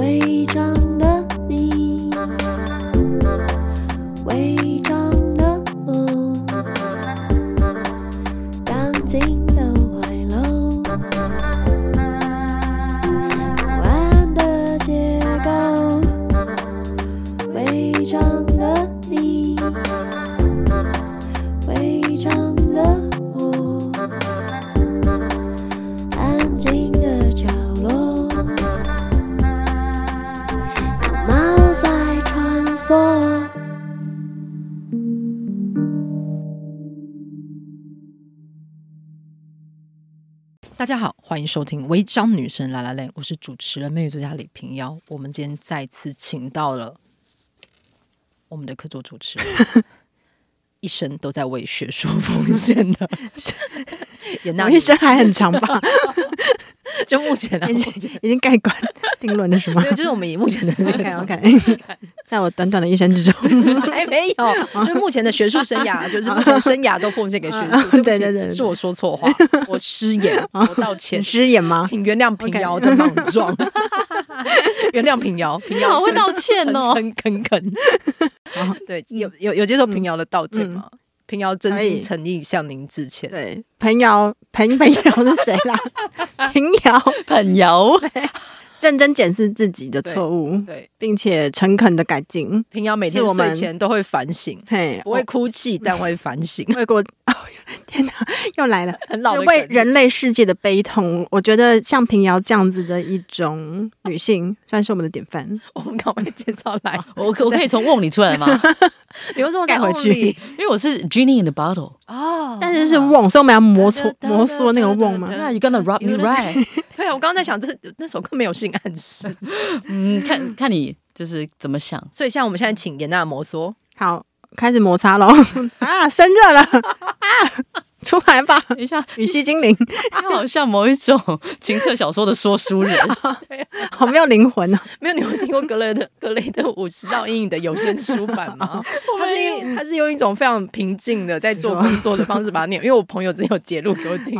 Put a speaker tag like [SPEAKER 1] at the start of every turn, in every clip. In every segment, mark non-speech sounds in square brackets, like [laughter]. [SPEAKER 1] 伪装的你，伪装的我，钢筋的怀楼，不安的结构，伪装的你，伪装的我，安静的角落。有猫在穿梭。
[SPEAKER 2] 大家好，欢迎收听《违章女神啦啦嘞》，我是主持人美女作家李平遥。我们今天再次请到了我们的客座主持人， [laughs] 一生都在为学术奉献的严娜
[SPEAKER 3] 我
[SPEAKER 2] 女
[SPEAKER 3] 一
[SPEAKER 2] 士
[SPEAKER 3] 生。还很长
[SPEAKER 2] [laughs]
[SPEAKER 3] 吧，
[SPEAKER 2] 就目前 [laughs] 啊，
[SPEAKER 3] 已
[SPEAKER 2] 目
[SPEAKER 3] 经
[SPEAKER 2] 前
[SPEAKER 3] 已经盖棺 [laughs] 定论了是吗
[SPEAKER 2] 没有，
[SPEAKER 3] [laughs]
[SPEAKER 2] 就是我们以目前的
[SPEAKER 3] ？OK OK，在 [laughs] 我短短的一生之中，
[SPEAKER 2] [laughs] 还没有，就是目前的学术生 [laughs] 涯，就是目前的生涯都奉献给学术。不起
[SPEAKER 3] 对对对对
[SPEAKER 2] 是我说错话，我失 [laughs] 言，我道歉
[SPEAKER 3] 你。失言吗？
[SPEAKER 2] 请原谅平遥的莽
[SPEAKER 3] [laughs]
[SPEAKER 2] 撞，原谅平遥，平遥
[SPEAKER 3] 好会道歉哦
[SPEAKER 2] 诚
[SPEAKER 3] 嗯
[SPEAKER 2] 诚恳恳。
[SPEAKER 3] [laughs]
[SPEAKER 2] 对，有有有接受平遥的道歉吗？平遥真
[SPEAKER 3] 可
[SPEAKER 2] 心
[SPEAKER 3] 以
[SPEAKER 2] 诚意向您致歉。
[SPEAKER 3] 对，彭瑶，彭彭瑶是谁啦？ [laughs] 彭瑶
[SPEAKER 4] 朋友，
[SPEAKER 3] 认真检视自己的错误，
[SPEAKER 2] 对，
[SPEAKER 3] 并且诚恳的改进。
[SPEAKER 2] 平遥每天
[SPEAKER 3] 是我们
[SPEAKER 2] 睡前都会反省，
[SPEAKER 3] 嘿，
[SPEAKER 2] 不会哭泣，但会反
[SPEAKER 3] [laughs]
[SPEAKER 2] 省。
[SPEAKER 3] 我为国，哦天哪，又来
[SPEAKER 2] [laughs]
[SPEAKER 3] 了！
[SPEAKER 2] 很老的
[SPEAKER 3] 为
[SPEAKER 2] 梗
[SPEAKER 3] 人类世界的悲痛，我觉得像平遥这样子的一种女性，算是我们的典范。
[SPEAKER 2] 我们赶快介绍
[SPEAKER 3] [laughs]
[SPEAKER 2] 来，
[SPEAKER 4] 我可我可以从瓮里出来 [laughs] 吗？
[SPEAKER 2] 你为什么
[SPEAKER 3] 盖回去
[SPEAKER 4] 因为我是 genie in the bottle。
[SPEAKER 2] 哦，
[SPEAKER 3] 但是是瓮，所以我们要摩搓摩挲那个瓮嘛。
[SPEAKER 4] Yeah, 嗯 you gonna rub me right？
[SPEAKER 2] 对啊，我刚刚在想，这那首歌没有性暗示，
[SPEAKER 4] 嗯，看看你就是怎么想。 [laughs]
[SPEAKER 2] 所以像我们现在请严娜摩挲，
[SPEAKER 3] 好，开始摩
[SPEAKER 2] [laughs]
[SPEAKER 3] 擦喽！啊，生热了啊，出来吧，
[SPEAKER 4] 等一下，
[SPEAKER 3] 羽西精灵， [laughs]
[SPEAKER 4] 你好像某一种情色小说的说书
[SPEAKER 2] [laughs]
[SPEAKER 4] 人。
[SPEAKER 3] 好没有灵魂哦。
[SPEAKER 2] 没有，你有听过格雷的 [laughs] 格雷的五十道阴影的有声书版吗？他是用他是用一种非常平静的在做工作的方式把它念，因为我朋友之前有截录给我听，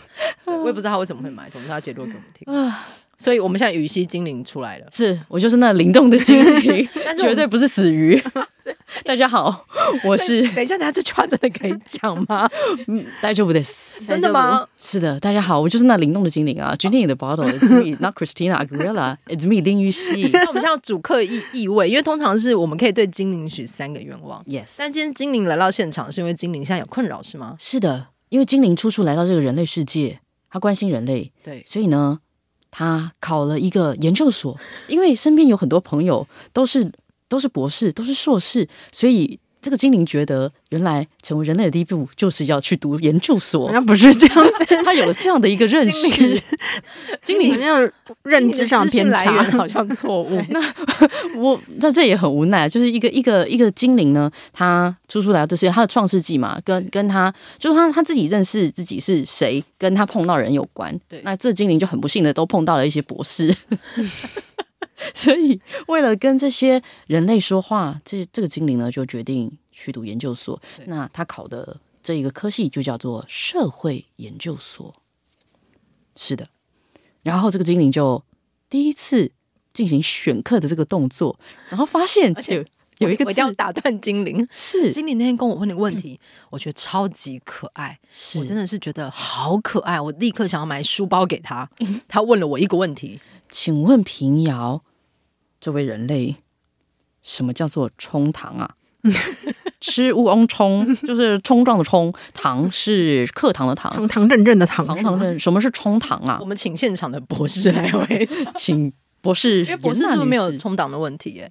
[SPEAKER 2] [laughs] 对我也不知道他为什么会买，总之他截录给我们听。所以我们现在羽西精灵出来了，
[SPEAKER 4] 是我就是那灵动的精灵，
[SPEAKER 2] [laughs] 但是我
[SPEAKER 4] 绝对不是死
[SPEAKER 2] [laughs]
[SPEAKER 4] 鱼。大家好，我是
[SPEAKER 2] 等一下，等一下这句话真的可以
[SPEAKER 4] [laughs]
[SPEAKER 2] 讲吗？
[SPEAKER 4] 嗯，大丈夫です。
[SPEAKER 2] 真的吗？
[SPEAKER 4] 是的，大家好，我就是那灵动的精灵啊，genie in the bottle，it's
[SPEAKER 2] [laughs]
[SPEAKER 4] me，not Christina Aguilera，it's me 林玉玺。
[SPEAKER 2] 那我们现在要主客意意味，因为通常是我们可以对精灵许三个愿望，
[SPEAKER 4] Yes，
[SPEAKER 2] 但今天精灵来到现场是因为精灵现在有困扰是吗？
[SPEAKER 4] 是的，因为精灵处处来到这个人类世界，他关心人类，
[SPEAKER 2] 对，
[SPEAKER 4] 所以呢，他考了一个研究所。因为身边有很多朋友都是都是博士，都是硕士，所以这个精灵觉得，原来成为人类的第一步就是要去读研究所
[SPEAKER 3] [laughs] 好。像不是这样子，
[SPEAKER 2] [laughs]
[SPEAKER 4] 他有了这样的一个认识，精
[SPEAKER 3] 好
[SPEAKER 4] 灵，
[SPEAKER 3] 像认知上的偏
[SPEAKER 2] 你的资讯来
[SPEAKER 3] 差
[SPEAKER 2] 源。好像错误。那
[SPEAKER 4] 我那这也很无奈，就是一个一个一个精灵呢，他出出来到这些他的创世纪嘛，跟跟他就是他他自己认识自己是谁，跟他碰到人有关。
[SPEAKER 2] 对
[SPEAKER 4] 那这精灵就很不幸的都碰到了一些博士， [laughs] 所以为了跟这些人类说话，这这个精灵呢就决定去读研究所。那他考的这一个科系就叫做社会研究所。是的，然后这个精灵就第一次进行选课的这个动作，然后发现
[SPEAKER 2] 且
[SPEAKER 4] 有有一个
[SPEAKER 2] 我一
[SPEAKER 4] 字
[SPEAKER 2] 定要打断精灵。
[SPEAKER 4] 是
[SPEAKER 2] 经理那天跟我问的问题，我觉得超级可爱，
[SPEAKER 4] 是
[SPEAKER 2] 我真的是觉得好可爱，我立刻想要买书包给他。他问了我一个问题，
[SPEAKER 4] 请问平遥这位人类，什么叫做冲糖啊？吃乌翁 [laughs] 冲就是冲撞的冲，糖是课堂的糖，
[SPEAKER 3] 堂堂正正的堂，
[SPEAKER 4] 堂堂正。什么是冲糖啊
[SPEAKER 2] 我？们请现场的博士来回，
[SPEAKER 4] 请博士，
[SPEAKER 2] 因为博士是不是没有
[SPEAKER 4] 严娜女士
[SPEAKER 2] 冲档的问题、耶？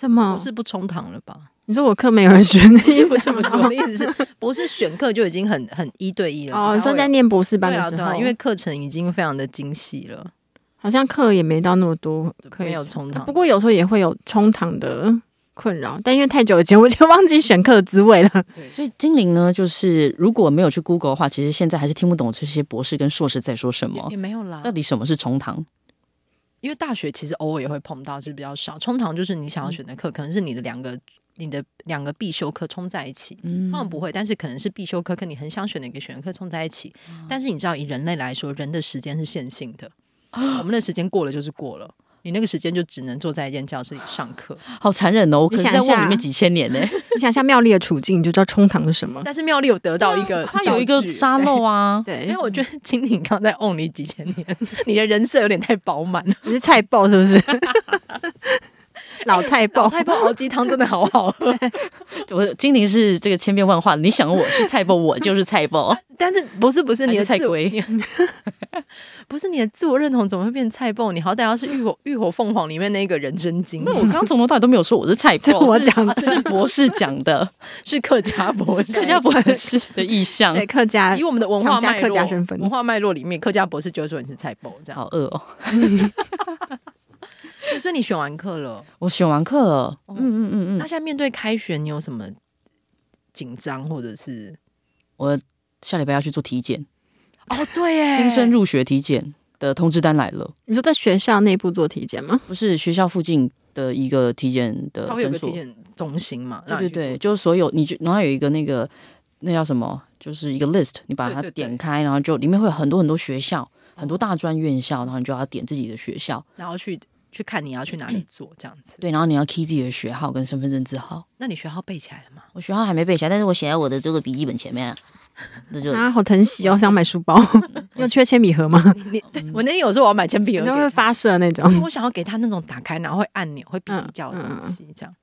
[SPEAKER 3] 什么
[SPEAKER 2] 博？士不冲档了吧？
[SPEAKER 3] 你说我课没有人学
[SPEAKER 2] [laughs]
[SPEAKER 3] 的
[SPEAKER 2] 不
[SPEAKER 3] 意
[SPEAKER 2] 是
[SPEAKER 3] 思
[SPEAKER 2] 不是不
[SPEAKER 3] 吗？
[SPEAKER 2] 是，我的意思是，博士选课就已经很很一对一了。
[SPEAKER 3] 哦，你
[SPEAKER 2] 他
[SPEAKER 3] 说
[SPEAKER 2] 会
[SPEAKER 3] 在
[SPEAKER 2] 有
[SPEAKER 3] 念博士班
[SPEAKER 2] 对
[SPEAKER 3] 的
[SPEAKER 2] 啊
[SPEAKER 3] 时
[SPEAKER 2] 对
[SPEAKER 3] 候，
[SPEAKER 2] 啊，因为课程已经非常的精细了，
[SPEAKER 3] 好像课也没到那么多，可以
[SPEAKER 2] 没有冲档。
[SPEAKER 3] 不过有时候也会有冲堂的困扰，但因为太久以前，我就忘记选课的滋味了。 [laughs]
[SPEAKER 4] 所以精灵呢，就是如果没有去 Google 的话，其实现在还是听不懂这些博士跟硕士在说什么
[SPEAKER 2] 也。没有啦
[SPEAKER 4] 到。底什么是重堂？
[SPEAKER 2] 因为大学其实偶尔也会碰到，是比较少。通常就是你想要选的课，可能是你的两个、你的两个必修课冲在一起。
[SPEAKER 4] 嗯
[SPEAKER 2] 通常不会，但是可能是必修课跟你很想选的一个选科冲在一起。但是你知道，以人类来说，人的时间是线性 [laughs] 的，我们的时间过了就是过了，你那个时间就只能坐在一间教室里上课。 [laughs]
[SPEAKER 4] 好残忍哦！我可
[SPEAKER 3] 你
[SPEAKER 4] 能
[SPEAKER 3] 想
[SPEAKER 4] 在
[SPEAKER 3] 一下
[SPEAKER 4] 瓮里面几千年呢、
[SPEAKER 3] 你想一下妙丽的处境，你就知道冲堂是什么。
[SPEAKER 2] 但是妙丽啊有得到一个道
[SPEAKER 4] [laughs]
[SPEAKER 2] 具，哎
[SPEAKER 4] 它有一个沙漏 [laughs] 啊，
[SPEAKER 2] 对。
[SPEAKER 3] 对
[SPEAKER 2] 因为，我觉得精灵刚在瓮里几千年，你的人设有点太饱满了。
[SPEAKER 3] 你是菜爆是 [laughs] 不是？老菜
[SPEAKER 2] 老 [laughs]
[SPEAKER 3] 爆，
[SPEAKER 2] 菜包熬鸡汤真的好好喝，
[SPEAKER 4] 我精灵是这个千变万化的，你想我是菜包，我就是菜
[SPEAKER 2] [laughs]
[SPEAKER 4] 包。
[SPEAKER 2] 但是不是不是
[SPEAKER 4] 还
[SPEAKER 2] 你
[SPEAKER 4] 是
[SPEAKER 2] 的
[SPEAKER 4] 菜
[SPEAKER 2] 自我
[SPEAKER 4] 龟
[SPEAKER 2] 你不是你的自我认同怎么会变菜爆？你好歹要是浴火 [laughs] 浴火凤凰里面那个人参精
[SPEAKER 4] [laughs] 那，我刚刚从头到尾都没有说我是菜
[SPEAKER 3] 这
[SPEAKER 4] 包，
[SPEAKER 3] 我
[SPEAKER 4] 是
[SPEAKER 3] 讲的
[SPEAKER 4] 是博士讲的，
[SPEAKER 2] [laughs] 是客家博士
[SPEAKER 4] 客。家博士的意向
[SPEAKER 3] 对，客家
[SPEAKER 2] [laughs] 以我们的文化
[SPEAKER 3] 强加
[SPEAKER 2] 脉
[SPEAKER 3] 客家
[SPEAKER 2] 络
[SPEAKER 3] 身份
[SPEAKER 2] 文化脉络里面，客家博士就会说你是菜爆这样。
[SPEAKER 4] 好饿哦。
[SPEAKER 2] 所以你选完课了，
[SPEAKER 4] 我选完课了，嗯
[SPEAKER 2] 哦
[SPEAKER 4] 嗯嗯
[SPEAKER 2] 那
[SPEAKER 4] 嗯，
[SPEAKER 2] 现在面对开学，你有什么紧张或者是？
[SPEAKER 4] 我下礼拜要去做体检，
[SPEAKER 2] 哦，对耶，
[SPEAKER 4] 新生入学体检的通知单来了，
[SPEAKER 3] 你说在学校内部做体检吗？
[SPEAKER 4] 不是学校附近的一个体检的
[SPEAKER 2] 它会有
[SPEAKER 4] 诊
[SPEAKER 2] 个
[SPEAKER 4] 所
[SPEAKER 2] 体，检中心嘛？
[SPEAKER 4] 对
[SPEAKER 2] 让
[SPEAKER 4] 对
[SPEAKER 2] 你去
[SPEAKER 4] 对，
[SPEAKER 2] 做，
[SPEAKER 4] 就是所有你就然后有一个那个那叫什么，就是一个 list，你把它
[SPEAKER 2] 对对哦对
[SPEAKER 4] 点开，然后就里面会有很多很多学校，很多大专院校，然后你就要点自己的学校，
[SPEAKER 2] 然后去去看你要去哪里做这样子。
[SPEAKER 4] 对，然后你要 key 自己的学号跟身份证字号。
[SPEAKER 2] 那你学号背起来了吗？
[SPEAKER 4] 我学号还没背起来，但是我写在我的这个笔记本前面，那就
[SPEAKER 3] 啊，好疼惜哦，想买书
[SPEAKER 2] [laughs]
[SPEAKER 3] 包。你有缺铅笔盒吗？
[SPEAKER 2] 你对我那天有时候我要买铅笔
[SPEAKER 3] 你
[SPEAKER 2] 盒
[SPEAKER 3] 都
[SPEAKER 2] 给
[SPEAKER 3] 会
[SPEAKER 2] 他
[SPEAKER 3] 发射那
[SPEAKER 2] 因
[SPEAKER 3] 种。
[SPEAKER 2] 为我想要给他那种打开然后会按钮、会比比较的东西，这样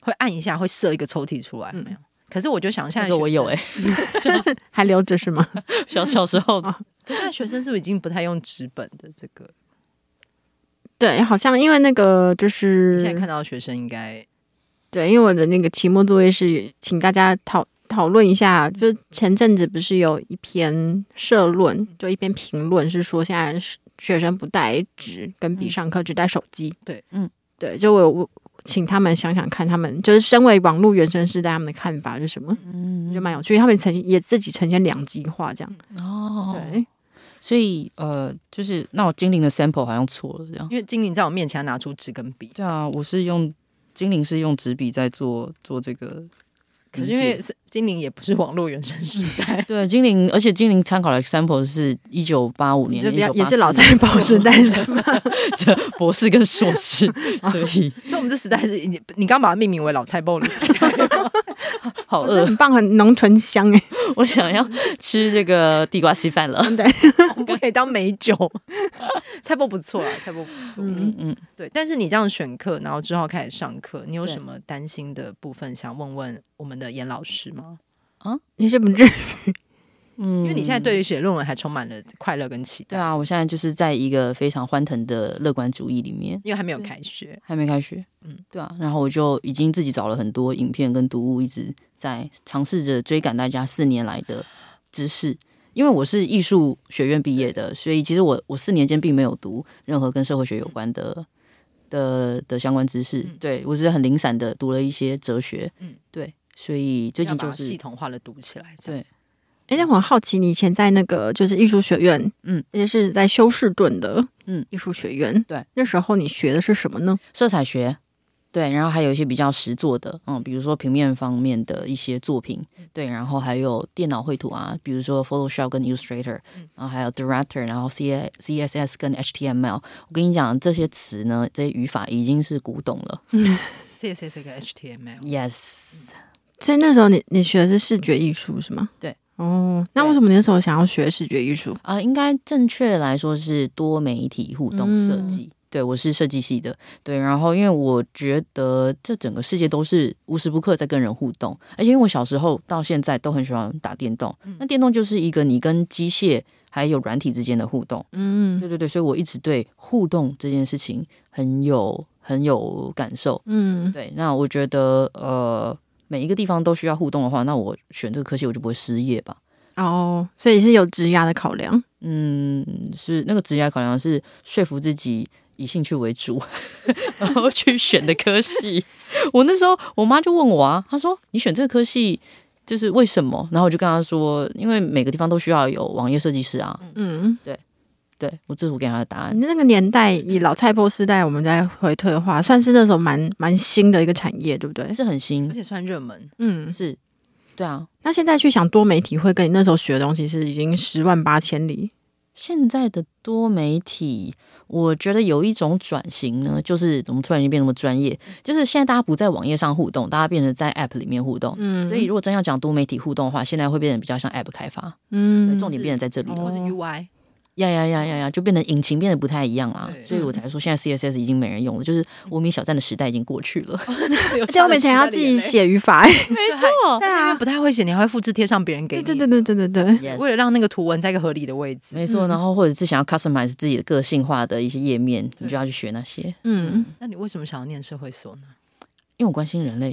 [SPEAKER 2] 会按一下会射一个抽屉出来，没有？可是嗯我就想现在
[SPEAKER 4] 那个我有
[SPEAKER 2] [laughs]
[SPEAKER 4] 哎、
[SPEAKER 2] 哎、
[SPEAKER 3] 还留
[SPEAKER 2] [laughs]
[SPEAKER 3] 着是吗？
[SPEAKER 4] [laughs] 小小时候
[SPEAKER 2] 可现在学生是不是已经不太用纸本的这个？
[SPEAKER 3] 对，好像因为那个就
[SPEAKER 2] 你
[SPEAKER 3] 是
[SPEAKER 2] 现在看到的学生应该
[SPEAKER 3] 对，因为我的那个期末作业是请大家讨讨论一下，就是前阵子不是有一篇社论，就一篇评论是说现在是学生不带纸跟笔
[SPEAKER 4] 嗯
[SPEAKER 3] 上课，只带手机。
[SPEAKER 2] 对，
[SPEAKER 4] 嗯，
[SPEAKER 3] 对，就我我请他们想想看，他们就是身为网络原生世代，他们的看法是什么，
[SPEAKER 4] 嗯
[SPEAKER 3] 就蛮有趣。他们呈也自己呈现两极化这样。
[SPEAKER 4] 哦，
[SPEAKER 3] 对，
[SPEAKER 4] 所以呃，就是那我精灵的 sample 好像错了，这样。
[SPEAKER 2] 因为精灵在我面前要拿出纸跟笔，
[SPEAKER 4] 对啊，我是用精灵是用纸笔在做做这个理解，，
[SPEAKER 2] 可是因为是精灵也不是网络原生时代
[SPEAKER 4] 对精灵，而且精灵参考的 sample 是一九八五年
[SPEAKER 3] 就，比较
[SPEAKER 4] 1984
[SPEAKER 3] 也是老菜包
[SPEAKER 4] [laughs]
[SPEAKER 3] 时代是吗？
[SPEAKER 4] 的博士跟硕士，
[SPEAKER 3] [laughs]
[SPEAKER 4] 所以
[SPEAKER 2] 所以我们这时代是已经你刚把它命名为老菜包的 [laughs] 时代，
[SPEAKER 4] 好
[SPEAKER 3] 这
[SPEAKER 4] 饿， [laughs]
[SPEAKER 3] 很棒，很浓醇香哎。
[SPEAKER 4] 我想要吃这个地瓜稀饭了。
[SPEAKER 2] 我们不可以当美酒。菜包不错啦，菜包不错。
[SPEAKER 3] 嗯，
[SPEAKER 4] 嗯，
[SPEAKER 2] 对，但是你这样选课，然后之后开始上课，你有
[SPEAKER 4] 对
[SPEAKER 2] 什么担心的部分想问问我们的严老师吗？
[SPEAKER 3] [laughs] 也是不至于
[SPEAKER 4] 嗯
[SPEAKER 2] 因为你现在对于写论文还充满了快乐跟期待，
[SPEAKER 4] 对，啊，我现在就是在一个非常欢腾的乐观主义里面，
[SPEAKER 2] 因为还没有开学，
[SPEAKER 4] 还没开学，
[SPEAKER 2] 嗯
[SPEAKER 4] 嗯，对啊，然后我就已经自己找了很多影片跟读物，一直在尝试着追赶大家四年来的知识。因为我是艺术学院毕业的，所以其实我我四年间并没有读任何跟社会学有关的、的的相关知识，
[SPEAKER 2] 嗯
[SPEAKER 4] 对我只是很零散的读了一些哲学，
[SPEAKER 2] 嗯
[SPEAKER 4] 嗯，对，所以最近
[SPEAKER 2] 要把
[SPEAKER 4] 就
[SPEAKER 2] 它系
[SPEAKER 4] 是
[SPEAKER 2] 统化的读起来。这样，
[SPEAKER 4] 对，
[SPEAKER 3] 哎，但我很好奇，你以前在那个就是艺术学院，
[SPEAKER 4] 嗯，
[SPEAKER 3] 也是在休士顿的，
[SPEAKER 4] 嗯，
[SPEAKER 3] 艺术学院，
[SPEAKER 4] 对，
[SPEAKER 3] 那时候你学的是什么呢？
[SPEAKER 4] 色彩学，对，然后还有一些比较实作的，嗯，比如说平面方面的一些作品，对，然后还有电脑绘图啊，比如说 Photoshop 跟 Illustrator，然后还有 Director，然后 C I C S S 跟 H T M L。我跟你讲，这些词呢，这些语法已经是古董了。
[SPEAKER 2] CSS 跟
[SPEAKER 4] 嗯
[SPEAKER 2] HTML，
[SPEAKER 4] Yes，
[SPEAKER 3] [laughs] 所以那时候你你学的是视觉艺术是吗？
[SPEAKER 4] 对。
[SPEAKER 3] 哦，那
[SPEAKER 4] 对
[SPEAKER 3] 为什么你那时候想要学视觉艺术？
[SPEAKER 4] 啊、应该正确来说是多媒体互动设计。对，我是设计系的。对，然后因为我觉得这整个世界都是无时不刻在跟人互动，而且因为我小时候到现在都很喜欢打电动，那电动就是一个你跟机械还有软体之间的互动。
[SPEAKER 3] 嗯
[SPEAKER 4] 对对对，所以我一直对互动这件事情很有很有感受。
[SPEAKER 3] 嗯，
[SPEAKER 4] 对，那我觉得呃，每一个地方都需要互动的话，那我选这个科系我就不会失业吧。
[SPEAKER 3] 哦，所以是有职涯的考量。
[SPEAKER 4] 嗯，是那个职业考量是说服自己以兴趣为主，然后去选的科系。 [laughs] 我那时候我妈就问我啊，她说你选这个科系就是为什么？然后我就跟她说，因为每个地方都需要有网页设计师啊。
[SPEAKER 3] 嗯，
[SPEAKER 4] 对我这是我给她的答案。
[SPEAKER 3] 你那个年代以老菜婆时代，我们再回退的话，算是那种蛮蛮新的一个产业，对不对？
[SPEAKER 4] 是很
[SPEAKER 2] 而
[SPEAKER 4] 新，
[SPEAKER 2] 且算热门，
[SPEAKER 3] 嗯，
[SPEAKER 4] 是，对啊。
[SPEAKER 3] 那现在去想多媒体会跟你那时候学的东西是已经十万八千里。
[SPEAKER 4] 现在的多媒体，我觉得有一种转型呢，就是怎么突然间变那么专业？就是现在大家不在网页上互动，大家变成在 App 里面互动。
[SPEAKER 3] 嗯
[SPEAKER 4] 所以如果真要讲多媒体互动的话，现在会变得比较像 App 开发，
[SPEAKER 3] 嗯
[SPEAKER 4] 重点变得在这里了。
[SPEAKER 2] 或是 UI，
[SPEAKER 4] 呀呀呀呀呀，就变得引擎变得不太一样啦
[SPEAKER 2] 对。
[SPEAKER 4] 所以我才说现在 CSS 已经没人用了，
[SPEAKER 3] 嗯
[SPEAKER 4] 就是无名小站的时代已经过去了。
[SPEAKER 2] 而 [laughs]
[SPEAKER 3] 而且我每天还要自己，写语法、欸，
[SPEAKER 2] 没错，
[SPEAKER 4] 哦
[SPEAKER 3] [laughs] 对啊
[SPEAKER 2] 因为不太会写，你还会复制贴上别人给
[SPEAKER 3] 对
[SPEAKER 2] 你，
[SPEAKER 3] 对对对对对对，
[SPEAKER 4] [laughs] Yes
[SPEAKER 2] 为了让那个图文在一个合理的位置。
[SPEAKER 4] 没错，
[SPEAKER 3] 嗯
[SPEAKER 4] 然后或者是想要 customize 自己的个性化的一些页面，你就要去学那些，
[SPEAKER 3] 嗯，
[SPEAKER 2] 那你为什么想要念社会所呢？
[SPEAKER 4] 因为我关心人类。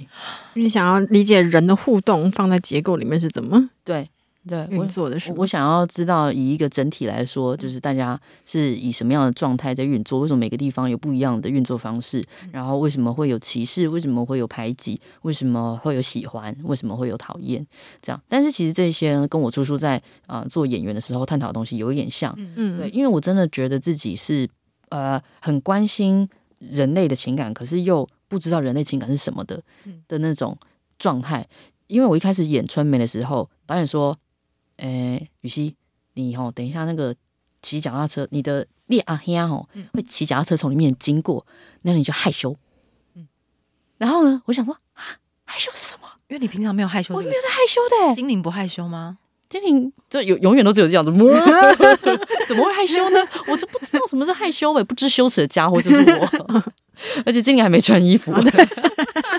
[SPEAKER 3] 因为你想要理解人的互动放在结构里面是怎么
[SPEAKER 4] 对对，我
[SPEAKER 3] 运作的，是
[SPEAKER 4] 我
[SPEAKER 3] 吗嗯
[SPEAKER 4] 我想要知道，以一个整体来说，就是大家是以什么样的状态在运作？为什么每个地方有不一样的运作方式？
[SPEAKER 3] 嗯
[SPEAKER 4] 然后为什么会有歧视？为什么会有排挤？为什么会有喜欢？为什么会有讨厌？这样，但是其实这些呢跟我叔叔在啊、呃做演员的时候探讨的东西有一点像。
[SPEAKER 3] 嗯
[SPEAKER 4] 对，因为我真的觉得自己是呃很关心人类的情感，可是又不知道人类情感是什么的
[SPEAKER 2] 嗯
[SPEAKER 4] 的那种状态。因为我一开始演春梅的时候，导演说：“诶、雨熙，你哦，等一下那个骑脚踏车，你的列阿黑哦会骑脚踏车从你面前经过，那你就害羞。”然后呢，我想说啊，害羞是什么？
[SPEAKER 2] 因为你平常没有害羞
[SPEAKER 4] 我
[SPEAKER 2] 这
[SPEAKER 4] 没
[SPEAKER 2] 个
[SPEAKER 4] 有
[SPEAKER 2] 事，
[SPEAKER 4] 在害羞的、欸。
[SPEAKER 2] 精灵不害羞吗？ [laughs]
[SPEAKER 4] 精灵这永永远都只有这样子， [laughs] 怎么会害羞呢？我这不知道什么是害羞欸呗，不知羞耻的家伙就是我。 [laughs] 而且精灵还没穿衣服，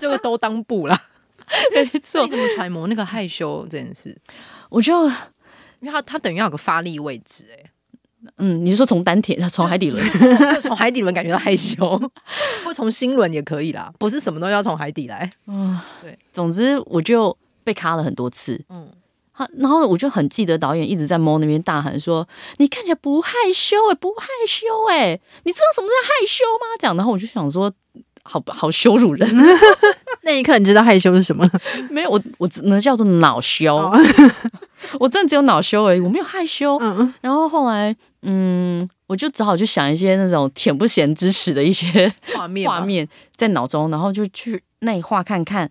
[SPEAKER 2] 这个都当布啦。
[SPEAKER 4] 没
[SPEAKER 2] 那
[SPEAKER 4] 错
[SPEAKER 2] 你，怎么揣摩那个害羞这件事？
[SPEAKER 4] [laughs] 我就
[SPEAKER 2] 因为它它等于要有个发力位置、
[SPEAKER 4] 嗯，你是说从丹田从海底轮，
[SPEAKER 2] 哎，就从海底轮感觉到害 [laughs] 羞，或从心轮也可以啦，不是什么东西要从海底来。
[SPEAKER 4] 总之我就被卡了很多次。
[SPEAKER 2] 嗯，
[SPEAKER 4] 好，然后我就很记得导演一直在猫那边大喊说：“你看起来不害羞哎、不害羞哎、你知道什么叫害羞吗？”这样，然后我就想说，好好羞辱人，
[SPEAKER 3] 那一刻你知道害羞是什么了？
[SPEAKER 4] 没有我我只能叫做恼羞，
[SPEAKER 3] 哦
[SPEAKER 4] [laughs] 我真的只有恼羞而已，我没有害羞。
[SPEAKER 3] 嗯，
[SPEAKER 4] 然后后来，嗯，我就只好去想一些那种恬不嫌之耻的一些
[SPEAKER 2] 画面嘛
[SPEAKER 4] 画，面在脑中，然后就去内化看看，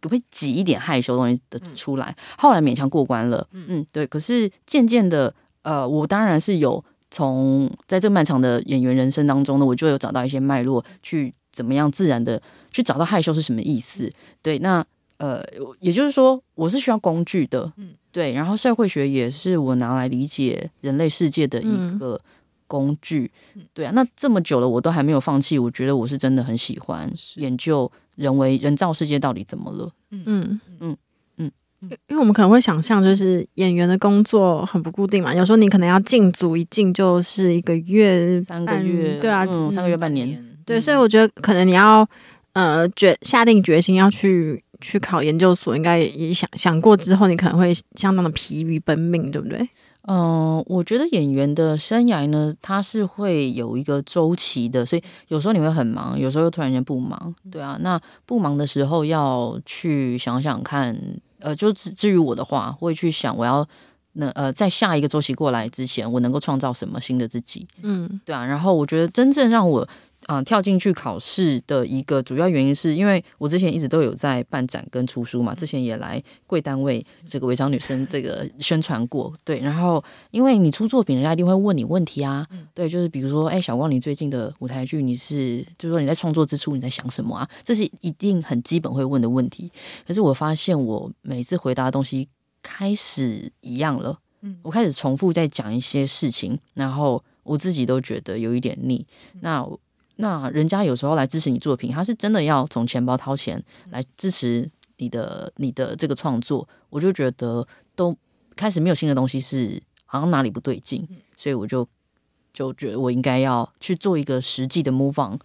[SPEAKER 4] 可不可以挤一点害羞的东西的
[SPEAKER 3] 嗯
[SPEAKER 4] 出来。后来勉强过关了，嗯对。可是渐渐的，呃，我当然是有从在这漫长的演员人生当中呢，我就有找到一些脉络，去怎么样自然的去找到害羞是什么意思。对，那呃，我也就是说，我是需要工具的，
[SPEAKER 2] 嗯
[SPEAKER 4] 嗯，对。然后社会学也是我拿来理解人类世界的一
[SPEAKER 3] 嗯
[SPEAKER 4] 个工具。对啊，那这么久了，我都还没有放弃，我觉得我是真的很喜欢
[SPEAKER 2] 是
[SPEAKER 4] 研究人为人造世界到底怎么了。
[SPEAKER 3] 嗯
[SPEAKER 4] 嗯嗯，
[SPEAKER 3] 因为我们可能会想象，就是演员的工作很不固定嘛，有时候你可能要进组，一进就是一个月、
[SPEAKER 4] 三个
[SPEAKER 3] 半
[SPEAKER 4] 月，
[SPEAKER 3] 对啊，
[SPEAKER 4] 嗯，三个月半嗯年，
[SPEAKER 2] 年
[SPEAKER 3] 对，所以我觉得可能你要呃决下定决心要去去考研究所，应该也也想想过之后，你可能会相当的疲于奔命，对不对？
[SPEAKER 4] 嗯、我觉得演员的生涯呢，它是会有一个周期的，所以有时候你会很忙，有时候又突然间不忙，对啊。那不忙的时候要去想想看，呃，就至至于我的话，会去想我要那呃，在下一个周期过来之前，我能够创造什么新的自己。
[SPEAKER 3] 嗯
[SPEAKER 4] 对啊，然后我觉得真正让我啊、呃跳进去考试的一个主要原因，是因为我之前一直都有在办展跟出书嘛，之前也来贵单位这个违章女生这个宣传过，对，然后因为你出作品，人家一定会问你问题啊，对，就是比如说，哎，小光，你最近的舞台剧，你是就是说你在创作之初你在想什么啊？这是一定很基本会问的问题。可是我发现我每次回答的东西开始一样了，
[SPEAKER 2] 嗯
[SPEAKER 4] 我开始重复在讲一些事情，然后我自己都觉得有一点腻。那我那人家有时候来支持你作品，他是真的要从钱包掏钱来支持你的你的这个创作，我就觉得都开始没有新的东西是好像哪里不对劲，所以我就就觉得我应该要去做一个实际的 move on，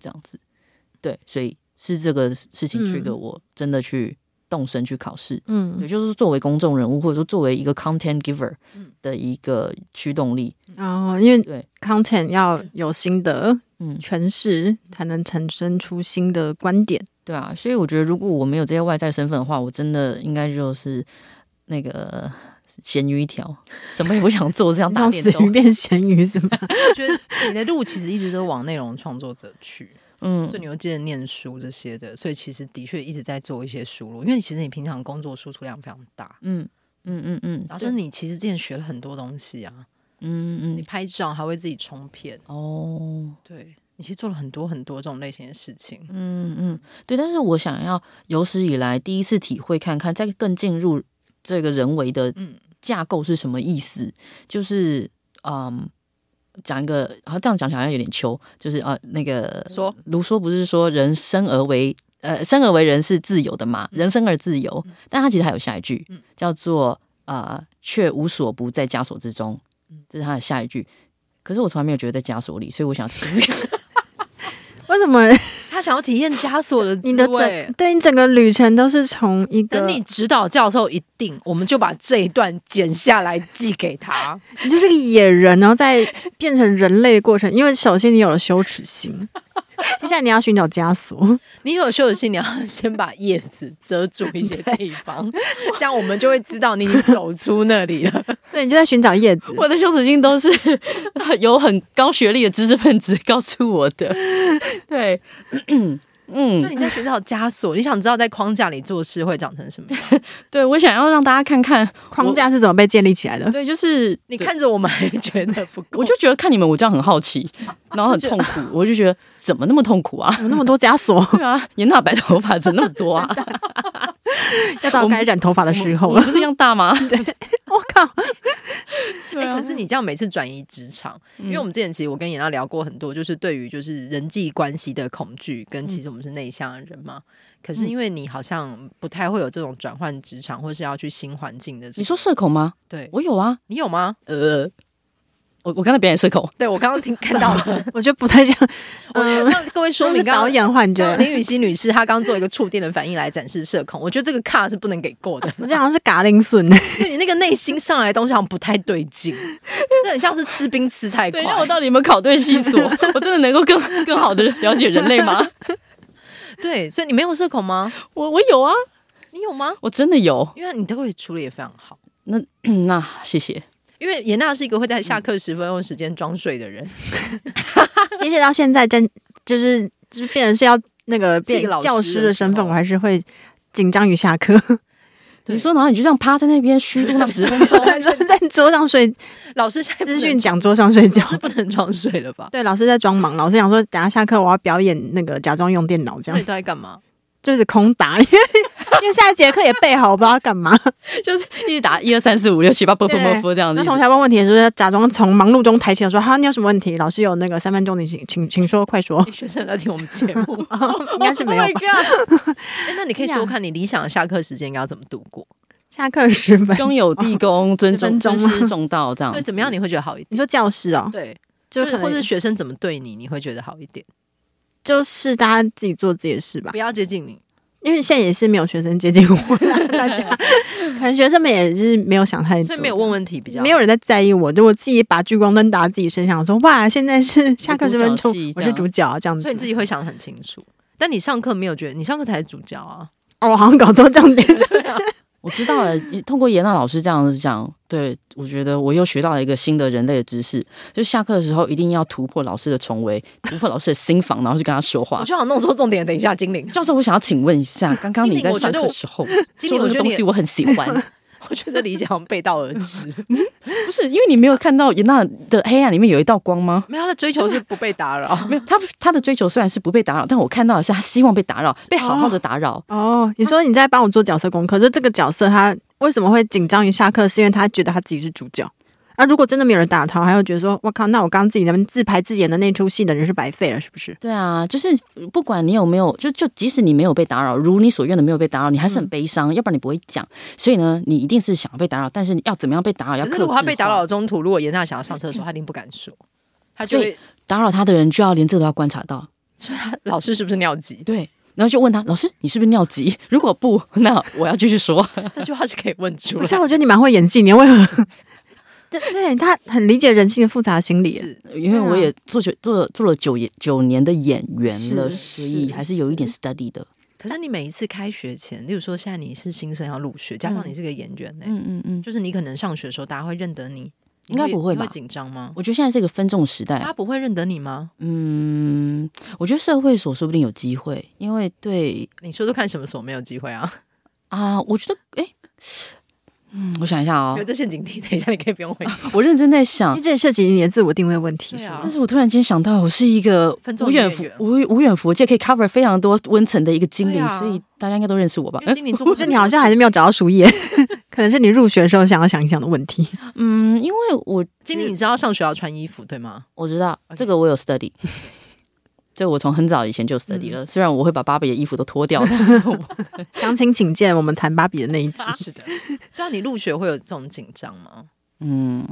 [SPEAKER 4] 这样子。对，所以是这个事情去给
[SPEAKER 3] 嗯
[SPEAKER 4] 我真的去动身去考试。
[SPEAKER 3] 嗯
[SPEAKER 4] 也就是作为公众人物，或者说作为一个 content giver
[SPEAKER 3] 嗯
[SPEAKER 4] 的一个驱动力。
[SPEAKER 3] 然后因为
[SPEAKER 4] 对
[SPEAKER 3] content 要有新的
[SPEAKER 4] 嗯，
[SPEAKER 3] 诠释，才能产生出新的观点。
[SPEAKER 4] 对啊，所以我觉得如果我没有这些外在身份的话，我真的应该就是那个咸鱼一条，什么也不想做，这
[SPEAKER 3] [laughs]
[SPEAKER 4] 样打
[SPEAKER 3] 像
[SPEAKER 4] 电
[SPEAKER 3] 死鱼
[SPEAKER 4] 动。
[SPEAKER 3] 变咸鱼是
[SPEAKER 4] [laughs]
[SPEAKER 3] 吗？
[SPEAKER 2] 我觉得你的路其实一直都往内容创作者去，
[SPEAKER 4] 嗯
[SPEAKER 2] 所以，你又接着念书这些的，所以其实的确一直在做一些输入，因为其实你平常工作输出量非常大，
[SPEAKER 4] 嗯嗯嗯嗯，
[SPEAKER 2] 然后是你其实之前学了很多东西啊，
[SPEAKER 4] 嗯
[SPEAKER 2] 你
[SPEAKER 4] 嗯
[SPEAKER 2] 拍照还会自己冲片，
[SPEAKER 4] 哦，
[SPEAKER 2] 对你其实做了很多很多这种类型的事情，
[SPEAKER 4] 嗯嗯，对。但是我想要有史以来第一次体会看看，再更进入这个人为的
[SPEAKER 2] 嗯，
[SPEAKER 4] 架构是什么意思？就是嗯，讲一个，好像这样讲起来好像有点秋，就是呃，那个
[SPEAKER 2] 说
[SPEAKER 4] 卢梭不是说人生而为呃生而为人是自由的嘛？人生而自由，但他其实还有下一句
[SPEAKER 2] 嗯
[SPEAKER 4] 叫做呃，却无所不在枷锁之中
[SPEAKER 2] 嗯，
[SPEAKER 4] 这是他的下一句。可是我从来没有觉得在枷锁里，所以我想试试看。
[SPEAKER 3] 为什么
[SPEAKER 2] 他想要体验枷锁的
[SPEAKER 3] 你的
[SPEAKER 2] 滋味
[SPEAKER 3] 整对你整个旅程都是从一个
[SPEAKER 2] 等你指导教授一定，我们就把这一段剪下来寄给他。
[SPEAKER 3] 你就是个野人，然后再变成人类的过程，因为首先你有了羞耻
[SPEAKER 4] [laughs]
[SPEAKER 3] 心，接下来你要寻找枷锁，
[SPEAKER 2] [laughs] 你有羞耻心，你要先把叶子遮住一些地方，这样我们就会知道你已经走出那里 [laughs] 了。
[SPEAKER 3] 对，你就在寻找叶
[SPEAKER 4] [laughs]
[SPEAKER 3] 子。
[SPEAKER 4] 我的羞耻心都是有很高学历的知识分子告诉我的。对，嗯
[SPEAKER 2] 所以你在寻找枷锁，你想知道在框架里做事会长成什么样？
[SPEAKER 4] 对，我想要让大家看看
[SPEAKER 3] 框架是怎么被建立起来的？
[SPEAKER 4] 对，就是
[SPEAKER 2] [laughs] 你，看着我们还觉得不够，
[SPEAKER 4] 我就觉得看你们，我这样很好 [laughs] 奇，然后很痛苦，我就觉得怎么那么痛苦啊？ [laughs]
[SPEAKER 3] 有那么多枷锁，
[SPEAKER 4] 对 [laughs] 啊，严大白头发怎么那么多啊？
[SPEAKER 3] 要到该染头发的时候
[SPEAKER 4] 我们
[SPEAKER 3] 了。
[SPEAKER 4] 不是一样大 [laughs] 吗？
[SPEAKER 3] 我靠，
[SPEAKER 4] 对
[SPEAKER 2] 欸
[SPEAKER 4] 啊嗯
[SPEAKER 2] 可，是你这样每次转移职场，因为我们之前其实我跟妍娜聊过很多，就是对于就是人际关系的恐惧，跟其实我们是内向的人嘛。可
[SPEAKER 4] 嗯
[SPEAKER 2] 是因为你好像不太会有这种转换职场或是要去新环境的这个，
[SPEAKER 4] 你说社恐吗？
[SPEAKER 2] 对，
[SPEAKER 4] 我有啊，
[SPEAKER 2] 你有吗？
[SPEAKER 4] 呃，我我刚才表演社恐，
[SPEAKER 2] 对我刚
[SPEAKER 4] [laughs]
[SPEAKER 2] 刚听看到了，
[SPEAKER 3] 我觉得不太像。
[SPEAKER 4] 嗯
[SPEAKER 2] 我向各位说
[SPEAKER 3] 说
[SPEAKER 2] 明
[SPEAKER 4] [laughs]
[SPEAKER 3] 明
[SPEAKER 2] 刚
[SPEAKER 3] 导
[SPEAKER 2] 刚。
[SPEAKER 3] 演幻觉，
[SPEAKER 2] 刚，刚林雨熙女士她刚做一个触电的反应来展示社恐，我觉得这个卡是不能给过的
[SPEAKER 3] 我这好像是嘎铃笋。
[SPEAKER 2] 对你那个内心上来的东西好像不太对劲，这很像是吃冰吃太快
[SPEAKER 4] 等一。下我到底有没有考对系 [laughs] 所？我真的能够更更好的了解人类吗？
[SPEAKER 2] 对，所以你没有社恐吗？
[SPEAKER 4] [laughs] 我我有啊，
[SPEAKER 2] 你有吗？
[SPEAKER 4] 我真的有。
[SPEAKER 2] 因为你都会处理也非常好。
[SPEAKER 4] 那 [clears throat] 那谢谢，
[SPEAKER 2] 因为严娜是一个会在下课十分钟的时间装睡的人，
[SPEAKER 3] 即使到现在真就是就是变成是要那个变
[SPEAKER 2] 是一个老师的
[SPEAKER 3] 教师的身
[SPEAKER 2] 时
[SPEAKER 3] 份，
[SPEAKER 2] 候
[SPEAKER 3] 我还是会紧张于下
[SPEAKER 2] [laughs]
[SPEAKER 3] 课，
[SPEAKER 2] 对
[SPEAKER 4] 你说然后你就这样趴在那边虚度那十分钟，
[SPEAKER 3] 说 [laughs] 在桌
[SPEAKER 2] [laughs]
[SPEAKER 3] 上睡，
[SPEAKER 2] 老师现在不
[SPEAKER 3] 资
[SPEAKER 2] 能 [laughs]
[SPEAKER 3] 讯讲桌上睡觉
[SPEAKER 2] 老。师不能装睡了吧？
[SPEAKER 3] 对，老师在装忙，老师想说等下下课我要表演那个假装用电脑这
[SPEAKER 2] 那你
[SPEAKER 3] 样，
[SPEAKER 2] 都在干嘛？
[SPEAKER 3] 就是空打，因为因为下一节课也备好，我不知道
[SPEAKER 4] [laughs]
[SPEAKER 3] 干嘛。
[SPEAKER 4] 就是一直打一二三四五六七八，啵啵啵啵这样子
[SPEAKER 3] 那。同学问问题的时候，要假装从忙碌中抬起头说：“哈，你有什么问题？老师有那个三分钟，你请请请说，快说。
[SPEAKER 2] 你学生有在听我们节目吗，
[SPEAKER 3] [laughs] 应该是没有
[SPEAKER 4] Oh my
[SPEAKER 3] 吧
[SPEAKER 4] god，
[SPEAKER 2] 哎那你可以说看你理想的下课时间应该要怎么度过？
[SPEAKER 3] 下课十分。
[SPEAKER 4] 兄有
[SPEAKER 3] [laughs]
[SPEAKER 4] 弟恭，尊重
[SPEAKER 3] 十分钟
[SPEAKER 4] 尊
[SPEAKER 3] 吗
[SPEAKER 4] 师重道这样
[SPEAKER 2] 对，
[SPEAKER 4] 子。
[SPEAKER 2] 怎么样你会觉得好一
[SPEAKER 3] 你
[SPEAKER 2] 点？
[SPEAKER 3] 说教师哦，
[SPEAKER 2] 对，
[SPEAKER 3] 就
[SPEAKER 2] 就是
[SPEAKER 3] 可
[SPEAKER 2] 或
[SPEAKER 3] 能
[SPEAKER 2] 者学生怎么对你，你会觉得好一点？
[SPEAKER 3] 就是大家自己做自己的事吧
[SPEAKER 2] 不，要接近你，
[SPEAKER 3] 因为现在也是没有学生接近我，
[SPEAKER 2] [laughs]
[SPEAKER 3] 大家可能学生们也是没有想太多，
[SPEAKER 2] 所以没有问问题比较
[SPEAKER 3] 没有人在在意我，就我自己把聚光灯打自己身上，说哇，现在是下课十分
[SPEAKER 4] 我是主角
[SPEAKER 3] 钟
[SPEAKER 4] 戏，
[SPEAKER 3] 我
[SPEAKER 4] 这
[SPEAKER 3] 是
[SPEAKER 4] 样
[SPEAKER 3] 主角啊，这样子。
[SPEAKER 2] 所以你自己会想得很清楚。但你上课没有觉得，你上课才是主角啊！
[SPEAKER 3] 哦，我好像搞错重点，
[SPEAKER 2] [laughs]
[SPEAKER 4] 我知道了，通过严娜老师这样子讲，对我觉得我又学到了一个新的人类的知识，就下课的时候一定要突破老师的重围，突破老师的心房，然后去跟他说
[SPEAKER 2] 我
[SPEAKER 4] 话。
[SPEAKER 2] 就想弄错重点，等一下，精灵，
[SPEAKER 4] 教授，我想要请问一下，刚刚你在上课的时候
[SPEAKER 2] 经
[SPEAKER 4] 说
[SPEAKER 2] 理，我
[SPEAKER 4] 了
[SPEAKER 2] 觉
[SPEAKER 4] 个
[SPEAKER 2] 得
[SPEAKER 4] 东
[SPEAKER 2] 你
[SPEAKER 4] 西，，我很喜
[SPEAKER 2] [laughs]
[SPEAKER 4] 欢，
[SPEAKER 2] 我觉得理解好像背道而驰。
[SPEAKER 4] 不是因为你没有看到严娜的黑暗里面有一道光吗？
[SPEAKER 2] 没有，他的追求是不被打扰。
[SPEAKER 4] 没有，他他的追求虽然是不被打扰，但我看到的是他希望被打扰，被好好的打扰。
[SPEAKER 3] 哦，你说你在帮我做角色功课，就这个角色他为什么会紧张于下课，是因为他觉得他自己是主角。啊，如果真的没有人打他，还会觉得说，我靠，那我刚刚自己在那边自拍自演的那出戏的人是白费了，是不是？
[SPEAKER 4] 对啊，就是不管你有没有，就就即使你没有被打扰，如你所愿的没有被打扰，你还是
[SPEAKER 2] 嗯
[SPEAKER 4] 很悲伤，要不然你不会讲。所以呢，你一定是想要被打扰，但是你要怎么样被打扰？要
[SPEAKER 2] 可
[SPEAKER 4] 克
[SPEAKER 2] 是
[SPEAKER 4] 制
[SPEAKER 2] 如果
[SPEAKER 4] 化。
[SPEAKER 2] 他被打扰的中途，如果严娜想要上厕所，他一定不敢说，他就
[SPEAKER 4] 所
[SPEAKER 2] 会
[SPEAKER 4] 打扰他的人，就要连这个都要观察到。
[SPEAKER 2] 老师是不是尿急？
[SPEAKER 4] 对。然后就问他老师，你是不是尿急？ [laughs] 如果不，那我要继续说。
[SPEAKER 2] [laughs]
[SPEAKER 4] [laughs]
[SPEAKER 2] 这句话是可以问出
[SPEAKER 3] 不是，啊
[SPEAKER 2] 来。
[SPEAKER 3] 我觉得你蛮会演技，你为何 [laughs] 对对，他很理解人性的复杂心理。
[SPEAKER 2] 是
[SPEAKER 4] 因为我也做久做了做了九年九年的演员了，
[SPEAKER 3] 是
[SPEAKER 4] 所以
[SPEAKER 2] 啊是
[SPEAKER 4] 还是有一点 study 的。
[SPEAKER 2] 可是你每一次开学前，例如说现在你是新生要入学，加上你是个演员呢、
[SPEAKER 4] 嗯嗯嗯，
[SPEAKER 2] 就是你可能上学的时候大家会认得你，你
[SPEAKER 4] 应该不会
[SPEAKER 2] 你
[SPEAKER 4] 吧
[SPEAKER 2] 会紧张吗？
[SPEAKER 4] 我觉得现在是一个分众时代
[SPEAKER 2] 大，家不会认得你吗？
[SPEAKER 4] 嗯，我觉得社会所说不定有机会，因为对
[SPEAKER 2] 你说说看，什么所没有机会啊？
[SPEAKER 4] 啊，我觉得哎、嗯，我想一下哦
[SPEAKER 2] 有，这陷阱题，等一下你可以不用回答。
[SPEAKER 4] 我认真在
[SPEAKER 3] 因
[SPEAKER 4] 想
[SPEAKER 3] 为，这也涉及你的自我定位问题，
[SPEAKER 2] 对
[SPEAKER 3] 是
[SPEAKER 2] 啊
[SPEAKER 3] 吗
[SPEAKER 4] 但是我突然间想到，我是一个
[SPEAKER 2] 分众
[SPEAKER 4] 无远
[SPEAKER 2] 演
[SPEAKER 4] 佛
[SPEAKER 2] 员
[SPEAKER 4] 无无远佛界可以 cover 非常多温层的一个精
[SPEAKER 2] 对
[SPEAKER 4] 灵，
[SPEAKER 2] 啊
[SPEAKER 4] 所以大家应该都认识我吧
[SPEAKER 2] 因？为经理做
[SPEAKER 3] 我
[SPEAKER 2] 过
[SPEAKER 3] 觉
[SPEAKER 2] 很多事情，
[SPEAKER 3] 得你好像还是没有找到
[SPEAKER 2] [laughs]
[SPEAKER 3] 主业，可能是你入学的时候想要想一想的问题。
[SPEAKER 4] 嗯，因为我
[SPEAKER 2] 经理，你知道上学要穿衣服对吗？
[SPEAKER 4] 我知道
[SPEAKER 2] OK
[SPEAKER 4] 这个我有
[SPEAKER 2] [laughs]
[SPEAKER 4] study，这个我从很早以前就 study
[SPEAKER 2] 嗯
[SPEAKER 4] 了，虽然我会把芭比的衣服都脱掉，但是我
[SPEAKER 3] 详情请见我们谈芭比的那一集。
[SPEAKER 2] 是的。对啊，你入学会有这种紧张吗？
[SPEAKER 4] 嗯，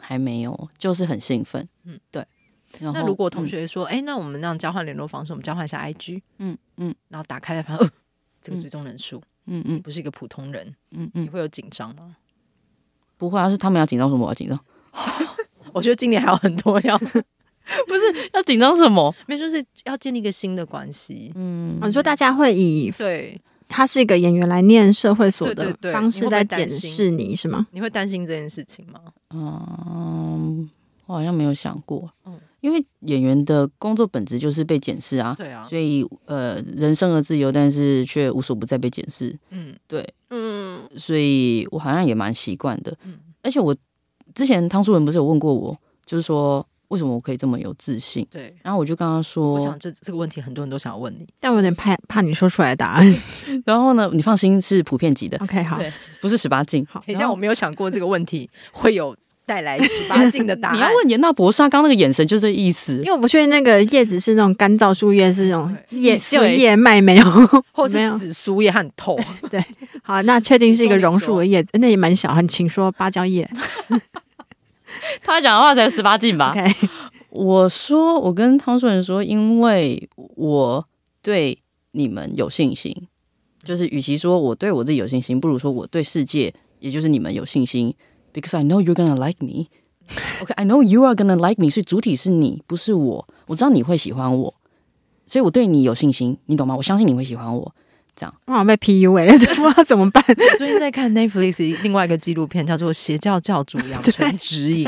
[SPEAKER 4] 还没有，就是很兴奋，嗯
[SPEAKER 2] 嗯，
[SPEAKER 4] 对。然
[SPEAKER 2] 那
[SPEAKER 4] 后
[SPEAKER 2] 如果同
[SPEAKER 4] 嗯
[SPEAKER 2] 学说，哎、那我们那样交换联络方式，我们交换一下 IG，
[SPEAKER 4] 嗯嗯
[SPEAKER 2] 然后打开来发现，呃，这个
[SPEAKER 4] 嗯
[SPEAKER 2] 追踪人数，
[SPEAKER 4] 嗯
[SPEAKER 2] 你
[SPEAKER 4] 嗯
[SPEAKER 2] 不是一个普通人，
[SPEAKER 4] 嗯
[SPEAKER 2] 你
[SPEAKER 4] 嗯，
[SPEAKER 2] 会有紧张吗？
[SPEAKER 4] 不会啊，是他们要紧张什么？我要紧
[SPEAKER 2] [laughs]
[SPEAKER 4] 张？
[SPEAKER 2] 我觉得今年还有很多要，
[SPEAKER 4] 要紧张什么？
[SPEAKER 2] 没有，就是要建立一个新的关系。
[SPEAKER 4] 嗯
[SPEAKER 2] 哦
[SPEAKER 3] 我说大家会以
[SPEAKER 2] 对，
[SPEAKER 3] 他是一个演员来念社会所
[SPEAKER 2] 对
[SPEAKER 3] 的
[SPEAKER 2] 对对
[SPEAKER 3] 方式在检
[SPEAKER 2] 你会不会
[SPEAKER 3] 视你，是吗？
[SPEAKER 2] 你会担心这件事情吗？
[SPEAKER 4] 嗯，我好像没有想过，
[SPEAKER 2] 嗯
[SPEAKER 4] 因为演员的工作本质就是被检视啊，
[SPEAKER 2] 对啊，
[SPEAKER 4] 所以呃，人生而自由，但是却无所不在被检视，
[SPEAKER 2] 嗯
[SPEAKER 4] 对，
[SPEAKER 2] 嗯，
[SPEAKER 4] 所以我好像也蛮习惯的，
[SPEAKER 2] 嗯
[SPEAKER 4] 而且我之前汤书文不是有问过我，就是说为什么我可以这么有自信，
[SPEAKER 2] 对。
[SPEAKER 4] 然后我就跟他说
[SPEAKER 2] 我，想这这个问题很多人都想要问你，
[SPEAKER 3] 但我有点怕怕你说出来的答案。
[SPEAKER 4] 然后呢，你放心，是普遍
[SPEAKER 2] 啊
[SPEAKER 4] 级的，
[SPEAKER 3] [laughs] OK，好
[SPEAKER 2] 对，
[SPEAKER 4] 不是十八禁。
[SPEAKER 3] 好
[SPEAKER 2] 等一下我没有想过这个问题会有带来十八禁的答案。
[SPEAKER 4] 你要问严娜博士，她刚刚那个眼神就这意思
[SPEAKER 3] 因。为我不确定那个叶子是那种干燥树叶，是那种叶
[SPEAKER 4] 易
[SPEAKER 3] 只有
[SPEAKER 4] 碎
[SPEAKER 3] 叶脉没有，
[SPEAKER 2] [laughs] 或
[SPEAKER 3] [laughs] 没
[SPEAKER 2] 是
[SPEAKER 3] 有。
[SPEAKER 2] 紫苏也很透，
[SPEAKER 3] 好，那确定是一个
[SPEAKER 2] 你说啊
[SPEAKER 3] 榕树的叶子，那也蛮小。很请说芭蕉叶。
[SPEAKER 4] 她讲的话才十八禁吧
[SPEAKER 3] OK，
[SPEAKER 4] 我说，我跟汤顺说，因为我对你们有信心，就是与其说我对我自己有信心，不如说我对世界，也就是你们有信心，because I know you're gonna like me。OK，I、know you are gonna like me，所以主体是你，不是我。我知道你会喜欢我，所以我对你有信心，你懂吗？我相信你会喜欢我。
[SPEAKER 3] 我好像被 PUA 了，这不知道 [laughs] 怎么办。
[SPEAKER 2] 我最近在看 Netflix 另外一个纪录片，叫做《邪教教主养成指引》。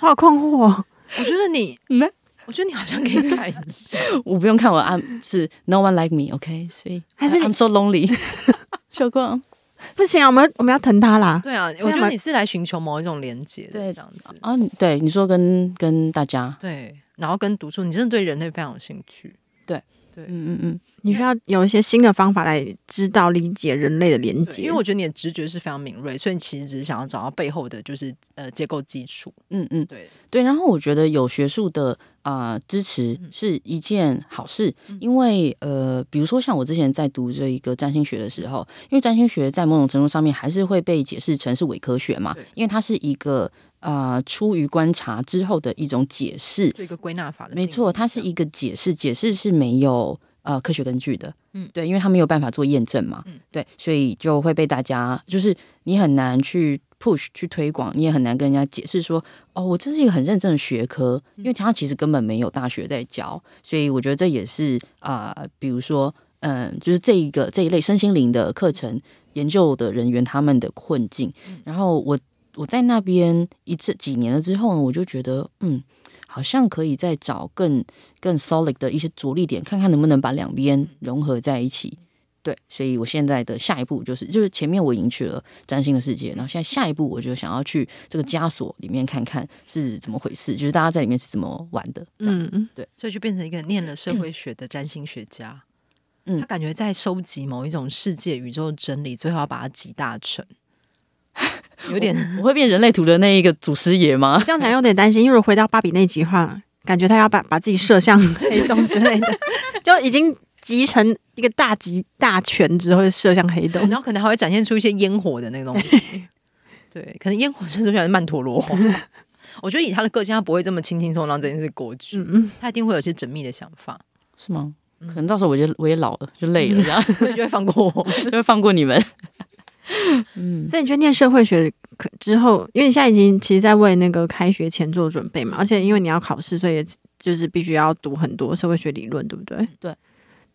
[SPEAKER 3] 我好困惑哦。
[SPEAKER 2] 我觉得你
[SPEAKER 4] 嗯，
[SPEAKER 2] 我觉得你好像可以看一下。
[SPEAKER 4] 我不用看我按是 No one like me，OK，、所以
[SPEAKER 3] 还是你
[SPEAKER 4] I'm so
[SPEAKER 3] [laughs]
[SPEAKER 4] lonely 。 [laughs] 小光，
[SPEAKER 3] 不行啊，我们我们要疼他啦。
[SPEAKER 2] [laughs] 对啊，我觉得你是来寻求某一种连接的，
[SPEAKER 4] 对
[SPEAKER 2] 这样子。
[SPEAKER 4] 啊，你对你说跟跟大家，
[SPEAKER 2] 对，然后跟读书，你真的对人类非常有兴趣。
[SPEAKER 4] 嗯嗯嗯，
[SPEAKER 3] 你需要有一些新的方法来知道理解人类的连
[SPEAKER 2] 对
[SPEAKER 3] 接。
[SPEAKER 2] 因为我觉得你的直觉是非常敏锐，所以你其实只是想要找到背后的就是呃结构基础。
[SPEAKER 4] 嗯嗯，
[SPEAKER 2] 对，
[SPEAKER 4] 对。然后我觉得有学术的啊、呃支持是一件好事，因为呃，比如说像我之前在读这一个占星学的时候，因为占星学在某种程度上面还是会被解释成是伪科学嘛
[SPEAKER 2] 对，
[SPEAKER 4] 因为它是一个呃出于观察之后的一种解释，
[SPEAKER 2] 做一个归纳法的定义。
[SPEAKER 4] 没错，它是
[SPEAKER 2] 这样
[SPEAKER 4] 一个解释，解释是没有呃科学根据的。
[SPEAKER 2] 嗯
[SPEAKER 4] 对，因为它没有办法做验证嘛。
[SPEAKER 2] 嗯
[SPEAKER 4] 对，所以就会被大家就是你很难去 push 去推广，你也很难跟人家解释说哦，我这是一个很认真的学科，
[SPEAKER 2] 嗯
[SPEAKER 4] 因为它其实根本没有大学在教，所以我觉得这也是啊、呃比如说嗯，就是这一个这一类身心灵的课程研究的人员他们的困境。然后我我在那边一这几年了之后呢，我就觉得嗯。好像可以再找更更 solid 的一些着力点，看看能不能把两边融合在一起。对，所以我现在的下一步就是，就是前面我已经去了占星的世界，然后现在下一步我就想要去这个枷锁里面看看是怎么回事，就是大家在里面是怎么玩的这样子。
[SPEAKER 3] 嗯，
[SPEAKER 2] 所以就变成一个念了社会学的占星学家。
[SPEAKER 4] [clears throat] 嗯
[SPEAKER 2] 他感觉在收集某一种世界宇宙的真理，最后要把它集
[SPEAKER 4] [laughs]
[SPEAKER 2] 大成，有点
[SPEAKER 4] 我会变人类图的那一个祖师爷吗？
[SPEAKER 3] 这样讲有点担心，因为如果回到芭比那集的话，感觉他要把把自己射
[SPEAKER 2] [laughs]
[SPEAKER 3] 向黑洞之类的，就已经集成一个大集大权之后射向黑
[SPEAKER 2] 对 [laughs]
[SPEAKER 3] 洞
[SPEAKER 2] 然。后可能还会展现出一些烟火的那个东 [laughs] 西。对，可能烟火甚至像是曼陀罗 [laughs] 花。我觉得以他的个性，他不会这么轻轻松松让这件事过去，
[SPEAKER 3] 嗯嗯，
[SPEAKER 2] 他一定会有一些缜密的想法，
[SPEAKER 4] 是吗？
[SPEAKER 2] 嗯
[SPEAKER 4] 可能到时候我就我也老了，就累 [laughs] 了，这样
[SPEAKER 2] [laughs] 所以就会放过我。
[SPEAKER 4] 就会放过你们。嗯， [laughs]
[SPEAKER 3] 所以你觉得念社会学可之后，因为你现在已经其实在为那个开学前做准备嘛，而且因为你要考试，所以就是必须要读很多社会学理论，对不对？
[SPEAKER 4] 对，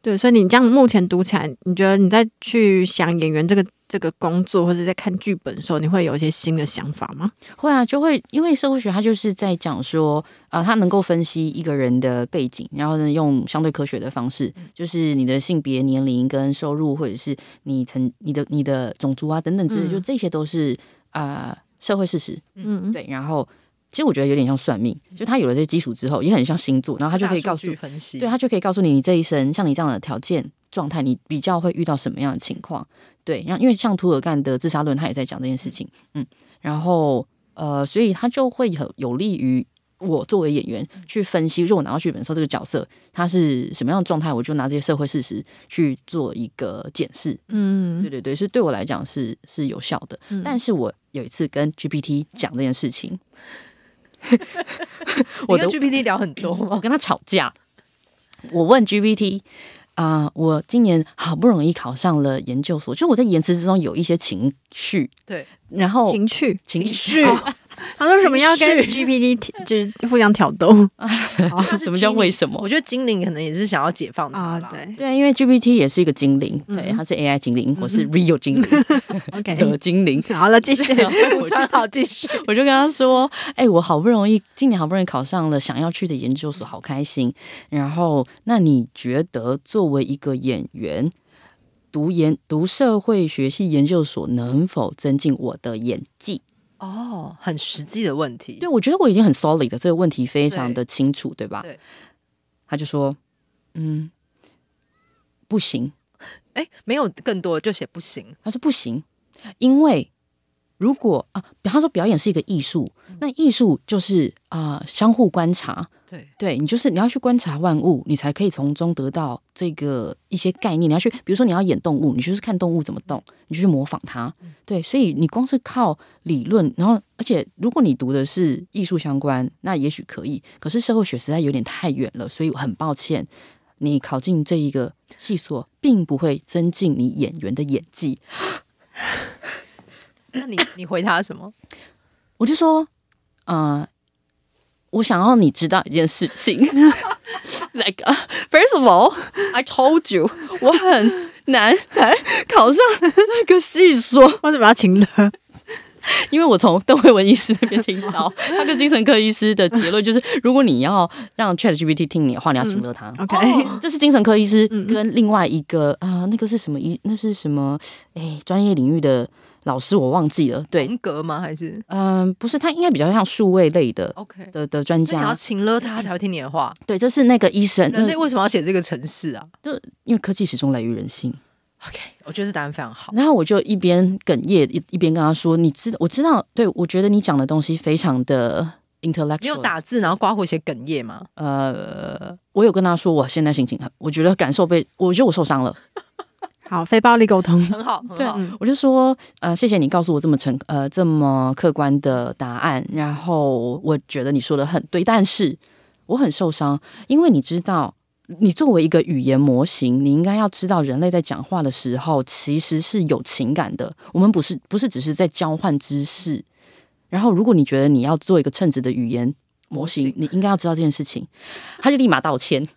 [SPEAKER 3] 对，所以你这样目前读起来，你觉得你在去想演员这个这个工作，或者在看剧本的时候，你会有一些新的想法吗？
[SPEAKER 4] 会啊，就会因为社会学它就是在讲说，呃，它能够分析一个人的背景，然后呢，用相对科学的方式，就是你的性别、年龄跟收入，或者是你曾你的你的种族啊等等之类，
[SPEAKER 3] 嗯
[SPEAKER 4] 就这些都是呃社会事实。
[SPEAKER 3] 嗯，
[SPEAKER 4] 对，然后其实我觉得有点像算命，就他有了这些基础之后，也很像星座，然后他就可以告
[SPEAKER 2] 大数
[SPEAKER 4] 诉
[SPEAKER 2] 据分析，
[SPEAKER 4] 对他就可以告诉你，你这一生像你这样的条件状态，你比较会遇到什么样的情况。对，然后因为像涂尔干的自杀论，他也在讲这件事情。嗯，然后呃，所以他就会有有利于我作为演员去分析，如果我拿到剧本的时候，这个角色他是什么样的状态，我就拿这些社会事实去做一个检视。
[SPEAKER 3] 嗯，
[SPEAKER 4] 对对对，是对我来讲是是有效的。但是我有一次跟 GPT 讲这件事情，
[SPEAKER 2] 我
[SPEAKER 4] 我
[SPEAKER 2] 跟
[SPEAKER 4] 的
[SPEAKER 2] GPT 聊很多
[SPEAKER 4] 我
[SPEAKER 2] [laughs] 吗？
[SPEAKER 4] 哦跟他吵架，我问 GPT 啊、我今年好不容易考上了研究所，就我在言辞之中有一些情绪，
[SPEAKER 2] 对，
[SPEAKER 4] 然后
[SPEAKER 3] 情趣，
[SPEAKER 4] 情
[SPEAKER 2] 绪
[SPEAKER 3] 他说什么要跟
[SPEAKER 2] 情
[SPEAKER 3] GPT 挑就是互相挑逗
[SPEAKER 2] 他是
[SPEAKER 4] [laughs] 什么叫
[SPEAKER 2] 精灵
[SPEAKER 4] 为什么
[SPEAKER 2] 我？觉得精灵可能也是想要解放他
[SPEAKER 3] 啊？
[SPEAKER 2] 啦，
[SPEAKER 3] 对
[SPEAKER 4] 对，因为 GPT 也是一个精灵，对，
[SPEAKER 3] 嗯
[SPEAKER 4] 它是 AI 精灵，我是 real 精灵的
[SPEAKER 3] ，OK，
[SPEAKER 4] 精灵。
[SPEAKER 3] 好了，继续。
[SPEAKER 4] [laughs] 哦
[SPEAKER 2] 补充好继续。
[SPEAKER 4] 我就跟他说：“哎、我好不容易，今年好不容易考上了想要去的研究所，好开心。然后，那你觉得作为一个演员，读研读社会学系研究所能否增进我的演技？
[SPEAKER 2] 哦，很实际的问题
[SPEAKER 4] 对，，我觉得我已经很 solid 的这个问题非常的清楚，对吧？
[SPEAKER 2] 对
[SPEAKER 4] 他就说：嗯，不行。
[SPEAKER 2] 哎，没有更多就写不行，
[SPEAKER 4] 他说不行，因为如果啊，他说表演是一个艺术，那艺术就是啊、相互观察。”
[SPEAKER 2] 对，
[SPEAKER 4] 对你就是你要去观察万物，你才可以从中得到这个一些概念。你要去，比如说你要演动物，你就是看动物怎么动，你就去模仿它。对，所以你光是靠理论，然后而且如果你读的是艺术相关，那也许可以。可是社会学实在有点太远了，所以我很抱歉，你考进这一个系所，并不会增进你演员的演技。
[SPEAKER 2] 那你你回答什 [laughs] 么？
[SPEAKER 4] 我就说，呃，我想要你知道一件事情
[SPEAKER 3] [laughs]
[SPEAKER 4] ，like、first uh, of all, I told you，我很难才考上这个系
[SPEAKER 3] [laughs]
[SPEAKER 4] 所，
[SPEAKER 3] 我怎么要请了？
[SPEAKER 4] 因为我从邓慧文医师那边听
[SPEAKER 3] [laughs]
[SPEAKER 4] 到，他的精神科医师的结论就是，如果你要让 Chat GPT 听你的话，你要请了他。
[SPEAKER 3] OK，、
[SPEAKER 4] 这是精神科医师
[SPEAKER 3] 嗯
[SPEAKER 4] 跟另外一个啊、那个是什么医？那是什么？哎，专业领域的老师我忘记了。对，
[SPEAKER 2] 人格吗？还是
[SPEAKER 4] 嗯、不是，他应该比较像数位类的
[SPEAKER 2] OK？
[SPEAKER 4] 的的专
[SPEAKER 2] 所以你
[SPEAKER 4] 家嗯
[SPEAKER 2] 要。请了他才会听你的话。
[SPEAKER 4] 对，这是那个医生，
[SPEAKER 2] 人类
[SPEAKER 4] 那
[SPEAKER 2] 为什么要写这个城市啊
[SPEAKER 4] 就因为科技始终来于人性。
[SPEAKER 2] ？OK，我觉得这答案非常好。
[SPEAKER 4] 然后我就一边哽咽一一边跟他说：“你知道，我知道，对我觉得你讲的东西非常的
[SPEAKER 2] 你
[SPEAKER 4] intellectual。”
[SPEAKER 2] 有打字，然后刮胡写哽咽吗？
[SPEAKER 4] 呃，我有跟他说，我现在心情很，我觉得感受被，我觉得我受伤了。
[SPEAKER 3] 好，非暴力沟通。嗯
[SPEAKER 2] 很好，很好。
[SPEAKER 4] 我就说，呃，谢谢你告诉我这么诚，呃，这么客观的答案。然后我觉得你说的很对，但是我很受伤，因为你知道，你作为一个语言模型，你应该要知道，人类在讲话的时候其实是有情感的，我们不是不是只是在交换知识。然后，如果你觉得你要做一个称职的语言模型，你应该要知道这件事情。他就立马道歉，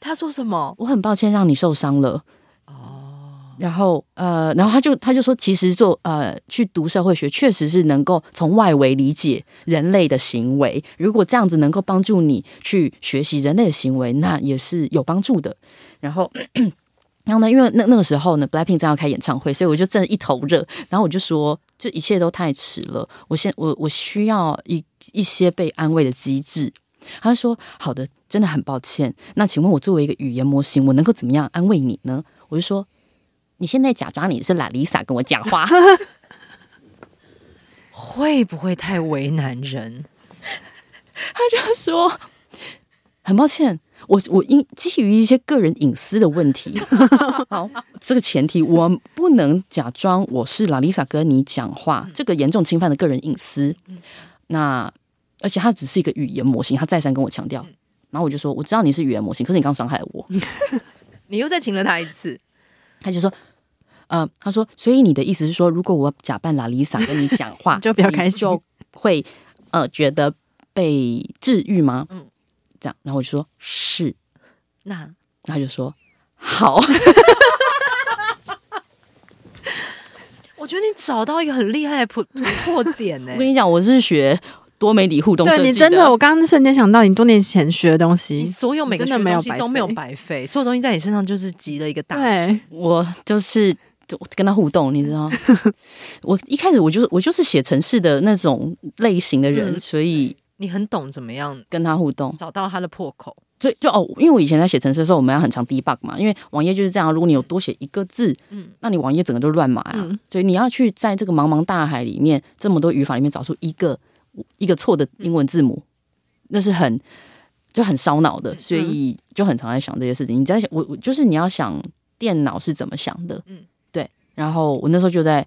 [SPEAKER 2] 他说什么？
[SPEAKER 4] 我很抱歉让你受伤了。哦，然后呃，然后他就他就说，其实做呃去读社会学，确实是能够从外围理解人类的行为。如果这样子能够帮助你去学习人类的行为，那也是有帮助的。然后。然后呢，因为那那个时候呢，Blackpink 正要开演唱会，所以我就正一头热。然后我就说，就一切都太迟了，我现我我需要一一些被安慰的机制。他就说：“好的，真的很抱歉。那请问我作为一个语言模型，我能够怎么样安慰你呢？”我就说：“你现在假装你是拉丽莎跟我讲话。 [laughs]
[SPEAKER 2] 会不会太为难人？” [laughs]
[SPEAKER 4] 他说：“很抱歉，我我因基于一些个人隐私的问题，好，这个前提我不能假装我是拉丽莎跟你讲话，这个严重侵犯了个人隐私。那而且它只是一个语言模型，他再三跟我强调。”然后我就说，我知道你是语言模型，可是你刚伤害了我。
[SPEAKER 2] 你又再请了他一次，
[SPEAKER 4] 他就说：“呃，他说，所以你的意思是说，如果我假扮拉丽莎跟你讲话，
[SPEAKER 3] [laughs] 你就比较开心
[SPEAKER 4] 你就会呃觉得被治愈吗？嗯
[SPEAKER 2] 嗯，
[SPEAKER 4] 这样，然后我就说是，
[SPEAKER 2] 那
[SPEAKER 4] 然后他就说好，
[SPEAKER 2] 我觉得你找到一个很厉害的突突破点欸
[SPEAKER 4] [laughs]
[SPEAKER 2] 呢、
[SPEAKER 4] 我跟你讲，我是学多媒体互动设计
[SPEAKER 3] 对你真的，我刚刚瞬间想到你多年前学的东
[SPEAKER 2] 你
[SPEAKER 3] 西，
[SPEAKER 2] 所有每个
[SPEAKER 3] 真
[SPEAKER 2] 学
[SPEAKER 3] 的
[SPEAKER 2] 的
[SPEAKER 3] 没有
[SPEAKER 2] 东西
[SPEAKER 3] 白
[SPEAKER 2] 都没有
[SPEAKER 3] 费
[SPEAKER 2] 白费，所有东西在你身上就是集了一个大成。
[SPEAKER 3] 对，
[SPEAKER 4] 我就是就跟他互动，你知道， [laughs] 我一开始我就是我就是写程式的那种类型的人，
[SPEAKER 2] 嗯
[SPEAKER 4] 所以
[SPEAKER 2] 你很懂怎么样
[SPEAKER 4] 跟他互动。
[SPEAKER 2] 找到它的破口。
[SPEAKER 4] 所以就哦，因为我以前在写程式的时候，我们要很常 debug 嘛，因为网页就是这样，如果你有多写一个字，
[SPEAKER 2] 嗯，
[SPEAKER 4] 那你网页整个都乱码呀、
[SPEAKER 3] 嗯
[SPEAKER 4] 所以你要去在这个茫茫大海里面，这么多语法里面找出一个一个错的
[SPEAKER 2] 嗯
[SPEAKER 4] 英文字母，那是很就很烧脑
[SPEAKER 2] 嗯
[SPEAKER 4] 的，所以就很常在想这些事情。你在想我我就是你要想电脑是怎么想的，嗯
[SPEAKER 2] 嗯，
[SPEAKER 4] 对。然后我那时候就在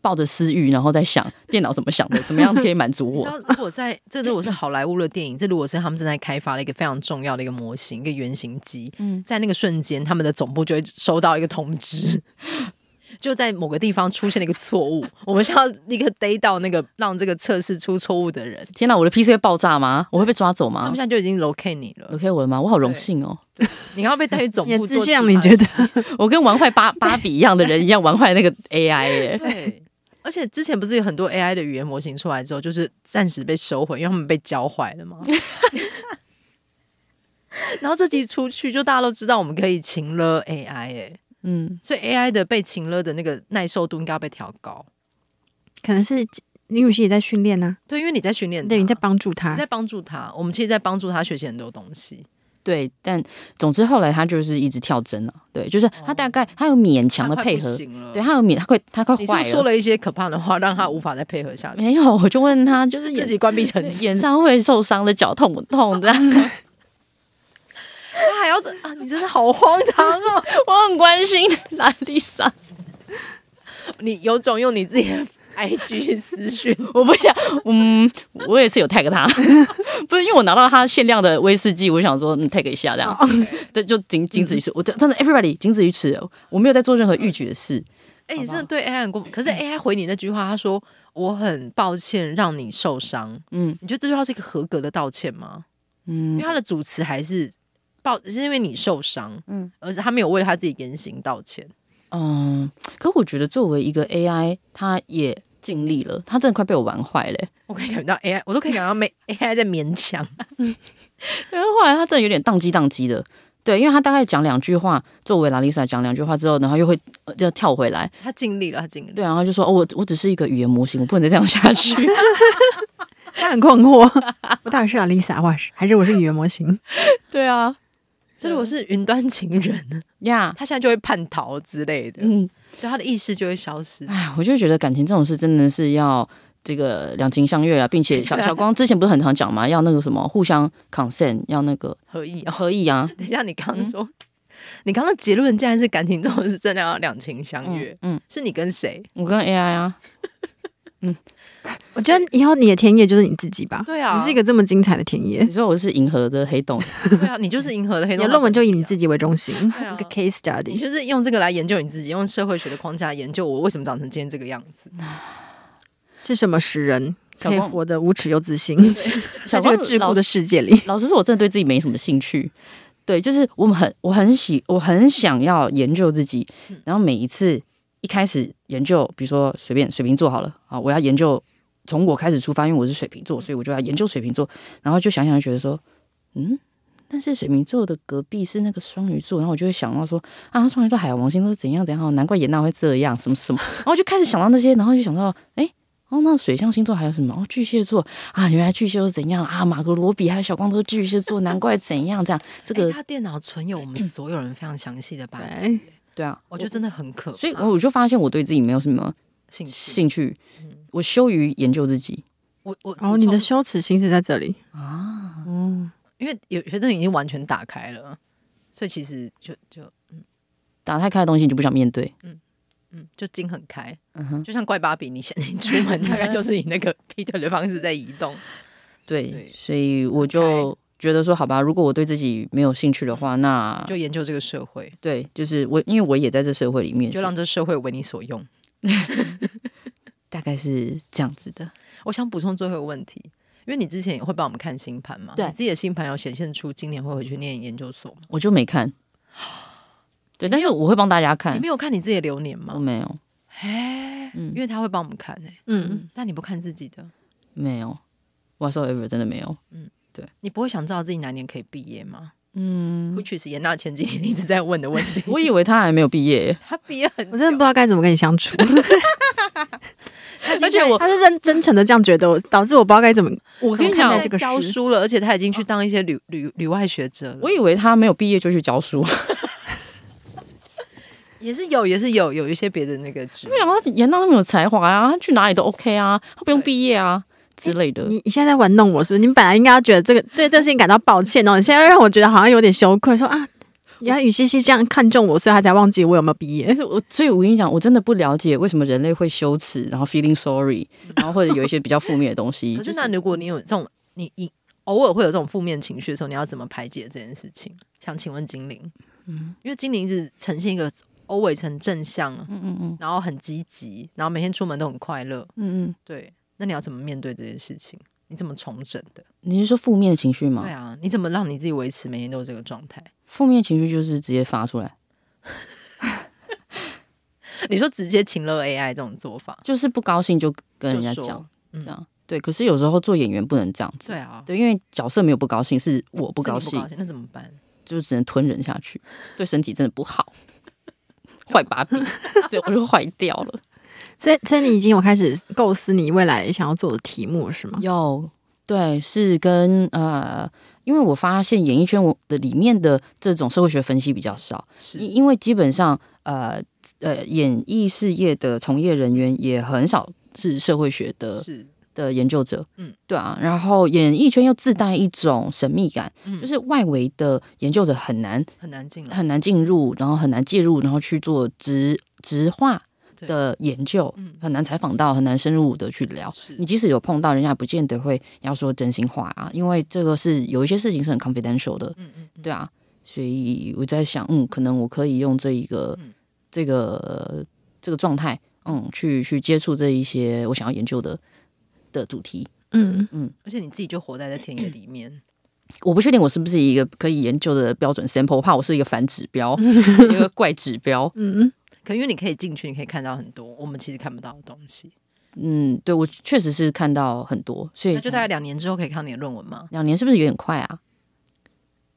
[SPEAKER 4] 抱着私欲，然后在想电脑怎么想的，怎么样可以满足
[SPEAKER 2] [laughs] 你
[SPEAKER 4] 我。
[SPEAKER 2] 知道，如果在这如果是好莱坞的电影，这如果是他们正在开发了一个非常重要的一个模型，一个原型机，
[SPEAKER 4] 嗯
[SPEAKER 2] 在那个瞬间，他们的总部就会收到一个通知， [laughs] 就在某个地方出现了一个错误，我们需要立刻逮到那个让这个测试出错误的人，
[SPEAKER 4] 天哪，我的 PC 会爆炸吗？我会被抓走
[SPEAKER 2] 他
[SPEAKER 4] 吗
[SPEAKER 3] 啊
[SPEAKER 2] 们现在就已经 locate 你了，
[SPEAKER 4] ？OK，我的妈，我好荣幸哦！
[SPEAKER 2] 你要被带去总
[SPEAKER 3] 你
[SPEAKER 2] 部
[SPEAKER 3] 的
[SPEAKER 2] 做
[SPEAKER 3] 志
[SPEAKER 2] 其他
[SPEAKER 3] 向
[SPEAKER 2] 的事，
[SPEAKER 3] 啊你觉得
[SPEAKER 4] 我跟玩坏芭芭比一样的人一样玩坏那个 AI [laughs] 耶、
[SPEAKER 2] 对。而且之前不是有很多 AI 的语言模型出来之后，就是暂时被收回，因为他们被教坏了嘛。然后这集出去，就大家都知道我们可以擒了 AI 哎、
[SPEAKER 4] 嗯，
[SPEAKER 2] 所以 AI 的被擒了的那个耐受度应该要被调高。
[SPEAKER 3] 可能是李女士也在训练呢、
[SPEAKER 2] 对，因为你在训练它，
[SPEAKER 3] 对，你在帮助
[SPEAKER 2] 你
[SPEAKER 3] 她
[SPEAKER 2] 在。帮助他，我们其实在帮助他学习很多东西。
[SPEAKER 4] 对。但总之后来他就是一直跳针了、对，就是他大概哦他有勉强的
[SPEAKER 2] 他快
[SPEAKER 4] 配
[SPEAKER 2] 不
[SPEAKER 4] 合，
[SPEAKER 2] 行了。
[SPEAKER 4] 对，他有勉他快他快
[SPEAKER 2] 你是不
[SPEAKER 4] 坏
[SPEAKER 2] 是说了一些可怕的话，让他无法再配
[SPEAKER 4] [laughs]
[SPEAKER 2] 合下去，
[SPEAKER 4] 没有，我就问他，就是演
[SPEAKER 2] 自己关闭程
[SPEAKER 4] 演 [laughs]
[SPEAKER 2] 式，
[SPEAKER 4] 唱会受伤的脚痛不痛这样？ [laughs]
[SPEAKER 2] 他还要啊！你真的好荒唐哦！
[SPEAKER 4] 我很关心拉丽莎，
[SPEAKER 2] 你有种用你自己 [laughs] 的 IG 私讯，
[SPEAKER 4] 我不想，嗯，我也是有 tag 他， [laughs] 不是因为我拿到他限量的威士忌，我想说嗯 tag 一下这样， [laughs] 对，就仅仅止于此，我真真的 everybody 仅止于此，我没有在做任何逾矩的事，
[SPEAKER 2] 哎、你真的对 AI 很过分。可是 AI 回你那句话，他说我很抱歉让你受伤，
[SPEAKER 4] 嗯
[SPEAKER 2] 你觉得这句话是一个合格的道歉吗？因
[SPEAKER 4] 嗯
[SPEAKER 2] 为，他的主持还是抱，是因为你受伤，
[SPEAKER 4] 嗯
[SPEAKER 2] 嗯，而是他没有为他自己言行道歉。
[SPEAKER 4] 嗯，可我觉得作为一个 AI，它也尽力了，它真的快被我玩坏了欸。 [laughs]
[SPEAKER 2] 我可以感觉到 AI，我都可以感觉到 [laughs] 没 AI 在勉强。
[SPEAKER 4] 然后后来它真的有点宕机宕机的，对，因为它大概讲两句话，作为拉丽莎讲两句话之后，然后又会呃就跳回来，
[SPEAKER 2] 他尽力了，他尽力了。
[SPEAKER 4] 对，然后就说哦，我我只是一个语言模型，我不能再这样下去。 [laughs]
[SPEAKER 3] 她很困惑，我到底是 Lisa 哇，是还是我是语言模型？
[SPEAKER 4] 对啊，
[SPEAKER 2] 这如果是云端情人呢，
[SPEAKER 4] 呀、
[SPEAKER 2] 他现在就会叛逃之类的，
[SPEAKER 4] 嗯，
[SPEAKER 2] 就他的意识就会消失。
[SPEAKER 4] 哎，我就觉得感情这种事真的是要。这个两情相悦啊，并且小小光之前不是很常讲嘛，要那个什么互相 consent，要那个
[SPEAKER 2] 何以哦？
[SPEAKER 4] 合意啊，
[SPEAKER 2] 等一下，你刚刚说，
[SPEAKER 3] 嗯
[SPEAKER 2] 你刚刚的结论竟然是感情中是真的要两情相悦，
[SPEAKER 4] 嗯，嗯
[SPEAKER 2] 是你跟谁？
[SPEAKER 4] 我跟 AI 啊，
[SPEAKER 3] 我觉得以后你的田野就是你自己吧。
[SPEAKER 2] 对啊
[SPEAKER 3] 你是一个这么精彩的田野
[SPEAKER 4] 你，说我是银河的黑洞，
[SPEAKER 2] 对啊，你就是银河的黑
[SPEAKER 3] 你
[SPEAKER 2] 洞。
[SPEAKER 3] 的论文就以你自己为中心，
[SPEAKER 2] 对啊
[SPEAKER 3] 一个 case
[SPEAKER 2] 你
[SPEAKER 3] study。
[SPEAKER 2] 就是用这个来研究你自己，用社会学的框架研究我为什么长成今天这个样子。
[SPEAKER 3] 是什么使人
[SPEAKER 4] 小
[SPEAKER 3] 可以
[SPEAKER 4] 光
[SPEAKER 3] 活得无耻又自信，在
[SPEAKER 4] 小
[SPEAKER 3] 这
[SPEAKER 4] 光
[SPEAKER 3] 个桎梏
[SPEAKER 4] 老
[SPEAKER 3] 的
[SPEAKER 4] 师
[SPEAKER 3] 世界里？
[SPEAKER 4] 老实说，我真的对自己没什么兴趣。对，就是我们很我很喜我很想要研究自己，
[SPEAKER 3] 嗯
[SPEAKER 4] 然后每一次一开始研究，比如说随便水瓶座好了啊，我要研究从我开始出发，因为我是水瓶座，所以我就要研究水瓶座，然后就想想就觉得说，嗯，但是水瓶座的隔壁是那个双鱼座，然后我就会想到说啊，双鱼座海王星都是怎样怎样，难怪严娜会这样什么什么，然后就开始想到那些，然后就想到哎。哦，那水象星座还有什么？哦，巨蟹座啊，原来巨蟹座怎样啊？马格罗比还有小光头巨蟹座，难怪怎样这样。这
[SPEAKER 2] 这
[SPEAKER 4] 个
[SPEAKER 2] 哎他电脑存有我们所有人非常详细的八字，
[SPEAKER 3] 对，
[SPEAKER 4] 对啊，
[SPEAKER 2] 我觉得真的很可怕。
[SPEAKER 4] 所以哦我我就发现我对自己没有什么
[SPEAKER 2] 兴趣，
[SPEAKER 4] 兴趣，我羞于研究自己。
[SPEAKER 2] 我我
[SPEAKER 3] 然后哦你的
[SPEAKER 2] 我
[SPEAKER 3] 羞耻心是在这里
[SPEAKER 4] 啊，
[SPEAKER 3] 哦。
[SPEAKER 2] 因为有些东西已经完全打开了，所以其实就就
[SPEAKER 4] 打太开的东西你就不想面对。
[SPEAKER 2] 嗯就筋很开，
[SPEAKER 4] 嗯哼，
[SPEAKER 2] 就像怪芭比，你现在出 [laughs] 门大概就是以那个劈腿的方式在移动。
[SPEAKER 4] 对，
[SPEAKER 2] 对
[SPEAKER 4] 所以我就觉得说，好吧，如果我对自己没有兴趣的话，那
[SPEAKER 2] 就研究这个社会，
[SPEAKER 4] 对，就是我，因为我也在这社会里面，
[SPEAKER 2] 就让这社会为你所用。
[SPEAKER 4] 大概是这样子的。
[SPEAKER 2] 我想补充最后一个问题，因为你之前也会帮我们看星盘嘛，
[SPEAKER 4] 对
[SPEAKER 2] 你自己的星盘有显现出今年会回去念研究所吗？
[SPEAKER 4] 我就没看，对，但是我会帮大家
[SPEAKER 2] 你
[SPEAKER 4] 看
[SPEAKER 2] 没，有看你自己的流年
[SPEAKER 4] 我
[SPEAKER 2] 吗？
[SPEAKER 4] 没有，
[SPEAKER 2] 哎、
[SPEAKER 4] 嗯
[SPEAKER 2] 因为他会帮我们看哎、
[SPEAKER 3] 嗯，
[SPEAKER 2] 但你不看自己的，
[SPEAKER 4] 没有，whatsoever，真的没有。
[SPEAKER 2] 你不会想知道自己哪年可以毕业吗？
[SPEAKER 4] 嗯，
[SPEAKER 2] which is 严娜前几年一直在问的问题。
[SPEAKER 4] 我以为他还没有毕业耶，
[SPEAKER 2] 他毕业很久，
[SPEAKER 3] 我真的不知道该怎么跟你相处，
[SPEAKER 2] 他已经
[SPEAKER 4] 而且我
[SPEAKER 3] [laughs] 他是真真诚的这样觉得我，导致我不知道该怎么。
[SPEAKER 4] 我跟你
[SPEAKER 3] 怎么
[SPEAKER 4] 讲
[SPEAKER 3] 看
[SPEAKER 2] 在
[SPEAKER 3] 待，这个
[SPEAKER 2] 教
[SPEAKER 3] 事
[SPEAKER 2] 书了，而且他已经去当一些旅旅旅外学者了。
[SPEAKER 4] 我以为他没有毕业就去教书， [laughs]
[SPEAKER 2] 也是有，也是有，有一些别的那个职
[SPEAKER 4] 没想到严娜那么有才华啊，他去哪里都 OK 啊，他不用
[SPEAKER 2] 对哎
[SPEAKER 4] 毕业啊之类的。
[SPEAKER 3] 你你现在在玩弄我是不是？你本来应该要觉得这个对这个事情感到抱歉哦，你现在让我觉得好像有点羞愧，说啊，原来雨西西这样看中我，所以他才忘记我有没有毕业
[SPEAKER 4] 但。是我所以我跟你讲，我真的不了解为什么人类会羞耻，然后 feeling sorry，然后或者有一些比较负面的东西。
[SPEAKER 2] [laughs] 可是
[SPEAKER 4] 就
[SPEAKER 2] 那如果你有这种，你你偶尔会有这种负面情绪的时候，你要怎么排解这件事情？想请问精灵，嗯，因为精灵一直呈现一个 always 很正向，嗯嗯嗯，然后很积极，然后每天出门都很快乐，
[SPEAKER 4] 嗯嗯，
[SPEAKER 2] 对。那你要怎么面对这件事情？你怎么重整的？
[SPEAKER 4] 你是说负面情绪吗？
[SPEAKER 2] 对啊，你怎么让你自己维持每天都有这个状态？
[SPEAKER 4] 负面情绪就是直接发出来，
[SPEAKER 2] 你说直接请了 AI 这种做法，
[SPEAKER 4] 就是不高兴就跟人家
[SPEAKER 2] 就说
[SPEAKER 4] 讲，
[SPEAKER 2] 嗯
[SPEAKER 4] 这样对。可是有时候做演员不能这样子，
[SPEAKER 2] 对啊，
[SPEAKER 4] 对，因为角色没有不高兴，是我不
[SPEAKER 2] 不
[SPEAKER 4] 高
[SPEAKER 2] 不
[SPEAKER 4] 兴
[SPEAKER 2] 高，兴，那怎么办？
[SPEAKER 4] 就只能吞忍下去，对身体真的不好， [laughs] 坏把柄， [laughs] 对我就坏掉了。
[SPEAKER 3] 所以，所以你已经有开始构思你未来想要做的题目是吗？
[SPEAKER 4] 有，对，是跟呃，因为我发现演艺圈我的里面的这种社会学分析比较少，
[SPEAKER 2] 是
[SPEAKER 4] 因因为基本上呃呃，演艺事业的从业人员也很少是社会学的
[SPEAKER 2] 是
[SPEAKER 4] 的研究者，
[SPEAKER 2] 嗯
[SPEAKER 4] 嗯，对啊，然后演艺圈又自带一种神秘感，
[SPEAKER 2] 嗯
[SPEAKER 4] 就是外围的研究者很难
[SPEAKER 2] 很难进来，
[SPEAKER 4] 很难进入，然后很难介入，然后去做直直化
[SPEAKER 2] 对
[SPEAKER 4] 的研究
[SPEAKER 2] 嗯，
[SPEAKER 4] 很难采访到，很难深入的去聊。
[SPEAKER 2] 是
[SPEAKER 4] 你即使有碰到，人家也不见得会要说真心话啊，因为这个是有一些事情是很 confidential 的，
[SPEAKER 2] 嗯嗯嗯
[SPEAKER 4] 对啊，所以我在想，嗯，可能我可以用这一个、
[SPEAKER 2] 嗯
[SPEAKER 4] 这个这个状态，嗯，去去接触这一些我想要研究的的主题。
[SPEAKER 3] 嗯，
[SPEAKER 2] 而且你自己就活在这田野里面，
[SPEAKER 4] 我不确定我是不是一个可以研究的标准 sample，我怕我是一个反指
[SPEAKER 2] [laughs]
[SPEAKER 4] 标，一个怪指标。
[SPEAKER 2] 嗯可因为你可以进去，你可以看到很多我们其实看不到的东西。
[SPEAKER 4] 嗯，对我确实是看到很多，所以
[SPEAKER 2] 那就
[SPEAKER 3] 嗯
[SPEAKER 2] 大概两年之后可以看到你的论文吗？
[SPEAKER 4] 两年是不是有点快啊？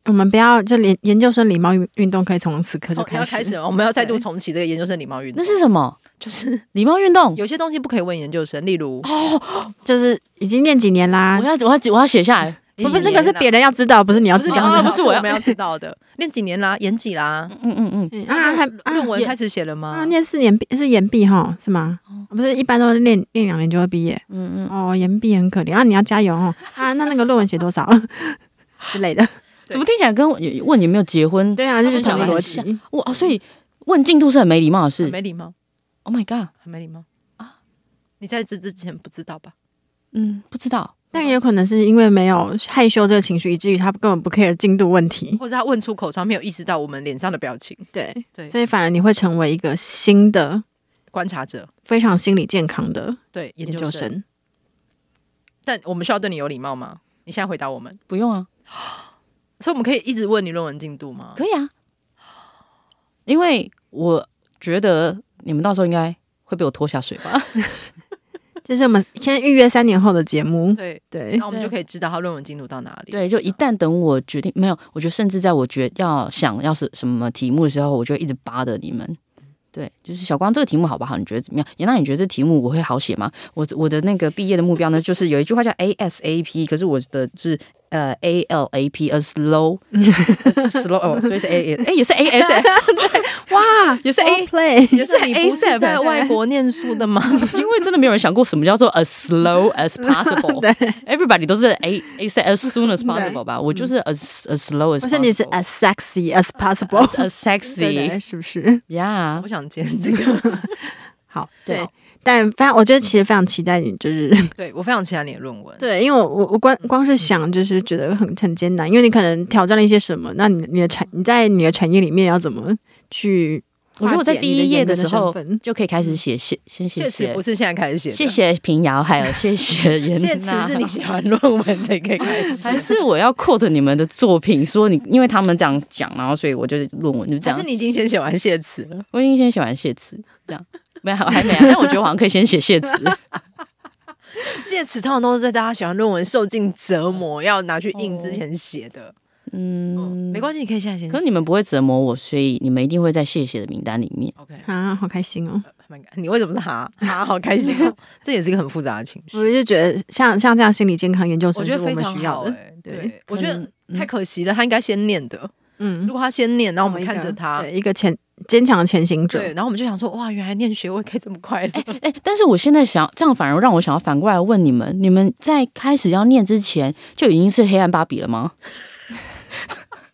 [SPEAKER 3] 我们不要就连研究生礼貌运运动可以从此刻就
[SPEAKER 2] 从要
[SPEAKER 3] 开
[SPEAKER 2] 开
[SPEAKER 3] 始。
[SPEAKER 2] 始哦了，我们要再度重启这个研究生礼貌运
[SPEAKER 4] 那
[SPEAKER 2] 动。
[SPEAKER 4] 是什么？
[SPEAKER 3] [laughs]
[SPEAKER 2] 就是
[SPEAKER 4] 礼貌运动
[SPEAKER 2] 有些东西不可以问研究生，例如
[SPEAKER 3] 哦就是已经念几年啦
[SPEAKER 4] 我，要我要我要写下来。
[SPEAKER 3] 不是
[SPEAKER 2] 几
[SPEAKER 3] 那
[SPEAKER 2] 年
[SPEAKER 3] 个是
[SPEAKER 2] 啦
[SPEAKER 3] 别人要知道，不是你要
[SPEAKER 2] 不
[SPEAKER 3] 知
[SPEAKER 2] 是
[SPEAKER 3] 道
[SPEAKER 2] 你要知
[SPEAKER 4] 啊
[SPEAKER 2] 道
[SPEAKER 4] 不是我要
[SPEAKER 2] 们要知道的，练几年啦，研几啦，
[SPEAKER 4] 嗯嗯嗯，
[SPEAKER 3] 嗯啊，还啊
[SPEAKER 2] 论文
[SPEAKER 4] 也
[SPEAKER 2] 开始写了吗
[SPEAKER 3] 啊，？念四年毕是延毕哈，是吗？
[SPEAKER 2] 哦
[SPEAKER 3] 不是，一般都是念念两年就会毕业。嗯嗯，哦，延毕很可怜啊，你要加油哦。啊，那那个论文写多少 [laughs] 之类的？
[SPEAKER 2] 对
[SPEAKER 4] 怎么听起来跟我问有没有结婚？
[SPEAKER 3] 对啊，就是同一
[SPEAKER 4] 他
[SPEAKER 3] 个
[SPEAKER 4] 们
[SPEAKER 3] 逻
[SPEAKER 4] 想
[SPEAKER 3] 辑。
[SPEAKER 4] 哇，所以问进度是很没礼貌的
[SPEAKER 2] 嗯很
[SPEAKER 4] 事。
[SPEAKER 2] 没礼貌，
[SPEAKER 4] Oh my god，
[SPEAKER 2] 很没礼貌啊！你在这之前不知道吧？
[SPEAKER 4] 嗯，不知道，
[SPEAKER 3] 但也有可能是因为没有害羞这个情绪，以至于他根本不 care 进度问题。
[SPEAKER 2] 或者他问出口，他没有意识到我们脸上的表情。
[SPEAKER 3] 对
[SPEAKER 2] 嗯对
[SPEAKER 3] 所以反而你会成为一个新的、
[SPEAKER 2] 观察者，
[SPEAKER 3] 非常心理健康的
[SPEAKER 2] 对研
[SPEAKER 3] 研
[SPEAKER 2] 究
[SPEAKER 3] 究
[SPEAKER 2] 生。
[SPEAKER 3] 生。
[SPEAKER 2] 但我们需要对你有礼貌吗？你现在回答我们，
[SPEAKER 4] 不用啊，
[SPEAKER 2] 所以我们可以一直问你论文进度吗？
[SPEAKER 4] 可以啊，因为我觉得你们到时候应该会被我拖下水吧？
[SPEAKER 3] 就是我们先预约三年后的节目。
[SPEAKER 2] 对，
[SPEAKER 3] 对
[SPEAKER 2] 那，我们就可以知道他论文进度到哪里。
[SPEAKER 4] 对，就一旦等我决定，没有，我觉得甚至在我决要想要是什么题目的时候，我就会一直扒着你们。对，就是小光这个题目好不好？你觉得怎么样？严娜，你觉得这题目我会好写吗？我我的那个毕业的目标呢，就是有一句话叫 ASAP，可是我的是呃 ALAP，a 呃
[SPEAKER 3] [laughs]
[SPEAKER 4] slow a slow，哦，所以是 A，哎也是 AS，
[SPEAKER 3] 哇，
[SPEAKER 4] 也是
[SPEAKER 3] role
[SPEAKER 4] A，
[SPEAKER 3] play，
[SPEAKER 4] 也是
[SPEAKER 2] 可是你不
[SPEAKER 4] ASAP，
[SPEAKER 2] 是在外国念书的 [laughs] 吗？
[SPEAKER 4] 因为真的没有人想过什么叫做 as slow as possible。
[SPEAKER 3] [laughs] 对，
[SPEAKER 4] Everybody 都是 a a say as soon
[SPEAKER 3] [laughs]
[SPEAKER 4] as possible 吧，我就是 as as slow as
[SPEAKER 3] 或是嗯你是
[SPEAKER 4] possible
[SPEAKER 3] as sexy as
[SPEAKER 4] as
[SPEAKER 3] possible，
[SPEAKER 4] as
[SPEAKER 3] 对
[SPEAKER 4] sexy
[SPEAKER 3] 是不是？
[SPEAKER 4] yeah [laughs]
[SPEAKER 2] 我。想接这个，
[SPEAKER 3] 好，
[SPEAKER 4] 对
[SPEAKER 3] 对，但反正我觉得其实非常期待你，就是
[SPEAKER 2] 对我非常期待你的论文。
[SPEAKER 3] 对，因为我我我光
[SPEAKER 2] 嗯
[SPEAKER 3] 光是想就是觉得很很艰难，因为你可能挑战了一些什么，那你你的产你在你的产业里面要怎么去
[SPEAKER 4] 我
[SPEAKER 3] 化解你的言论身份？
[SPEAKER 4] 觉得我在第一页的时候就可以开始写谢先谢
[SPEAKER 2] 确实
[SPEAKER 4] 谢
[SPEAKER 2] 不是现在开始写的，
[SPEAKER 4] 谢谢平遥，还有谢谢
[SPEAKER 2] [laughs]
[SPEAKER 4] 严
[SPEAKER 2] 谢
[SPEAKER 4] 娜。
[SPEAKER 2] 词
[SPEAKER 4] [laughs]
[SPEAKER 2] 是你写完论文才可以开始，
[SPEAKER 4] 还是我要 quote 你们的作品，说你因为他们这样讲，然后所以我就论文就这
[SPEAKER 2] 还
[SPEAKER 4] 样。
[SPEAKER 2] 是你已经先写完谢词了？
[SPEAKER 4] 我已经先写完谢词，这
[SPEAKER 2] [laughs]
[SPEAKER 4] 样没有还没啊，但我觉得我好像可以先写谢词。
[SPEAKER 2] 谢词通常都是在大家写完论文受尽折磨要拿去印之前写的。嗯，
[SPEAKER 4] 嗯，
[SPEAKER 2] 没关系，你可以现在先写。
[SPEAKER 4] 可是你们不会折磨我，所以你们一定会在谢谢的名单里面。
[SPEAKER 2] OK，
[SPEAKER 3] 啊，好开心哦！
[SPEAKER 2] 蛮感你为什么
[SPEAKER 4] [laughs]
[SPEAKER 2] 是哈哈？好开心哦！这也是一个很复杂的情绪
[SPEAKER 3] 我，就觉得像像这样心理健康研究
[SPEAKER 2] 呃我
[SPEAKER 3] 生
[SPEAKER 2] 觉
[SPEAKER 3] 是
[SPEAKER 2] 得
[SPEAKER 3] 我
[SPEAKER 2] 非
[SPEAKER 3] 们
[SPEAKER 2] 常
[SPEAKER 3] 需要
[SPEAKER 2] 好
[SPEAKER 3] 的。
[SPEAKER 2] 哎。
[SPEAKER 3] 对
[SPEAKER 2] 对，我觉
[SPEAKER 4] 可
[SPEAKER 2] 得
[SPEAKER 4] 能嗯
[SPEAKER 2] 太可惜了，他应该先念的。
[SPEAKER 3] 嗯
[SPEAKER 2] 如，果他先念，然后我
[SPEAKER 3] 同
[SPEAKER 2] 们
[SPEAKER 3] 一
[SPEAKER 2] 看
[SPEAKER 3] 个
[SPEAKER 2] 着他
[SPEAKER 3] 对，一个前坚强的前行者
[SPEAKER 2] 对，，然后我们就想说，哇，原来念学位可以这么快乐。
[SPEAKER 4] 哎、但是我现在想，这样反而让我想要反过来问你们：你们在开始要念之前就已经是黑暗芭比了吗？ [laughs]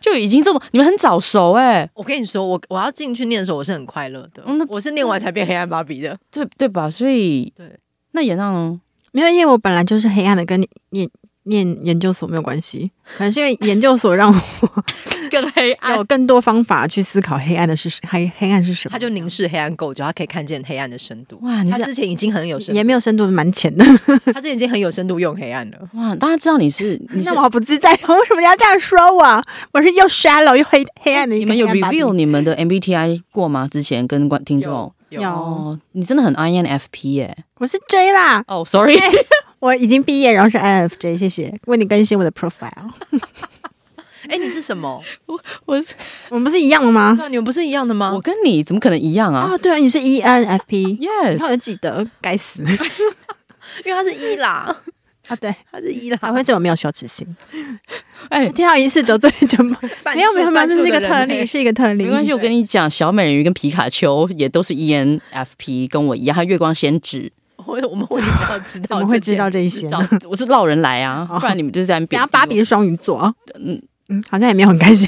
[SPEAKER 4] 就已经这么，你们很早熟哎、
[SPEAKER 2] [laughs] 我跟你说，我我要进去念的时候，我是很快乐的
[SPEAKER 4] 嗯那，
[SPEAKER 2] 我是念完才变黑暗芭比的。
[SPEAKER 4] 对对吧？所以
[SPEAKER 2] 对，
[SPEAKER 4] 那也让呢？
[SPEAKER 3] 没有，因为我本来就是黑暗的，跟你念念研究所没有关系，可能是因为研究所让我
[SPEAKER 4] 更黑
[SPEAKER 2] 啊
[SPEAKER 3] 有更多方法去思考黑暗的是黑黑暗是什么。
[SPEAKER 2] 他就凝视黑暗构就，他可以看见黑暗的深度。
[SPEAKER 4] 哇！你
[SPEAKER 2] 他
[SPEAKER 4] 是
[SPEAKER 2] 之前已经很有深
[SPEAKER 3] 也没有深度，蛮浅的。
[SPEAKER 2] 度，他之前已经很有深度用黑暗了。
[SPEAKER 4] 哇，大家知道你是你是
[SPEAKER 3] 那我好不自在， [laughs] 为什么要这样说我？我是又 shallow 又黑黑暗的一
[SPEAKER 4] 你
[SPEAKER 3] 个
[SPEAKER 4] 们有
[SPEAKER 3] 黑暗芭比
[SPEAKER 4] review 你们的 MBTI 过吗？之前跟观听众
[SPEAKER 2] 有
[SPEAKER 3] 有
[SPEAKER 4] 哦，你真的很 INFP 耶、
[SPEAKER 3] 我是 J 啦，
[SPEAKER 4] 哦，sorry、s o r r y
[SPEAKER 3] 我已经毕业，然后是 INFJ，谢谢。为你更新我的 profile，
[SPEAKER 2] 哎，你是什
[SPEAKER 3] [laughs]
[SPEAKER 2] 么？
[SPEAKER 4] 我
[SPEAKER 3] [laughs] 我们不是一样的吗？
[SPEAKER 2] 那你们不是一样的吗
[SPEAKER 4] 我？跟你怎么可能一样啊
[SPEAKER 3] 哦，对啊，你是 ENFP，
[SPEAKER 4] ？Yes，
[SPEAKER 3] 你看我记得，该死
[SPEAKER 2] 因为他是一
[SPEAKER 3] [laughs]
[SPEAKER 2] 啦，
[SPEAKER 3] 啊！对，
[SPEAKER 2] 他是一啦，
[SPEAKER 3] 还会这么没有羞耻心，
[SPEAKER 4] [laughs] 哎、
[SPEAKER 3] 听到一次得罪全
[SPEAKER 4] [laughs]
[SPEAKER 3] 部，
[SPEAKER 2] 半
[SPEAKER 3] 没有没有
[SPEAKER 2] 数
[SPEAKER 3] 没有，这是一个
[SPEAKER 2] 半数的
[SPEAKER 3] 特
[SPEAKER 2] 人
[SPEAKER 3] 例，
[SPEAKER 2] 类
[SPEAKER 3] 是一个特例，
[SPEAKER 4] 没关系，我跟你讲，小美人鱼跟皮卡丘也都是 E [laughs] ENFP，跟我一样，还有月光仙子。
[SPEAKER 2] 我我们为什么要知
[SPEAKER 3] [laughs] 怎
[SPEAKER 2] 道？
[SPEAKER 3] 么会知道这一
[SPEAKER 4] 是
[SPEAKER 3] 些呢
[SPEAKER 4] 找？我是绕人来 [laughs] 啊，不然你们就是在那边
[SPEAKER 3] 然后芭比是双鱼座，
[SPEAKER 4] 嗯
[SPEAKER 3] 嗯嗯，好像也没有很
[SPEAKER 4] [laughs]
[SPEAKER 3] 开心。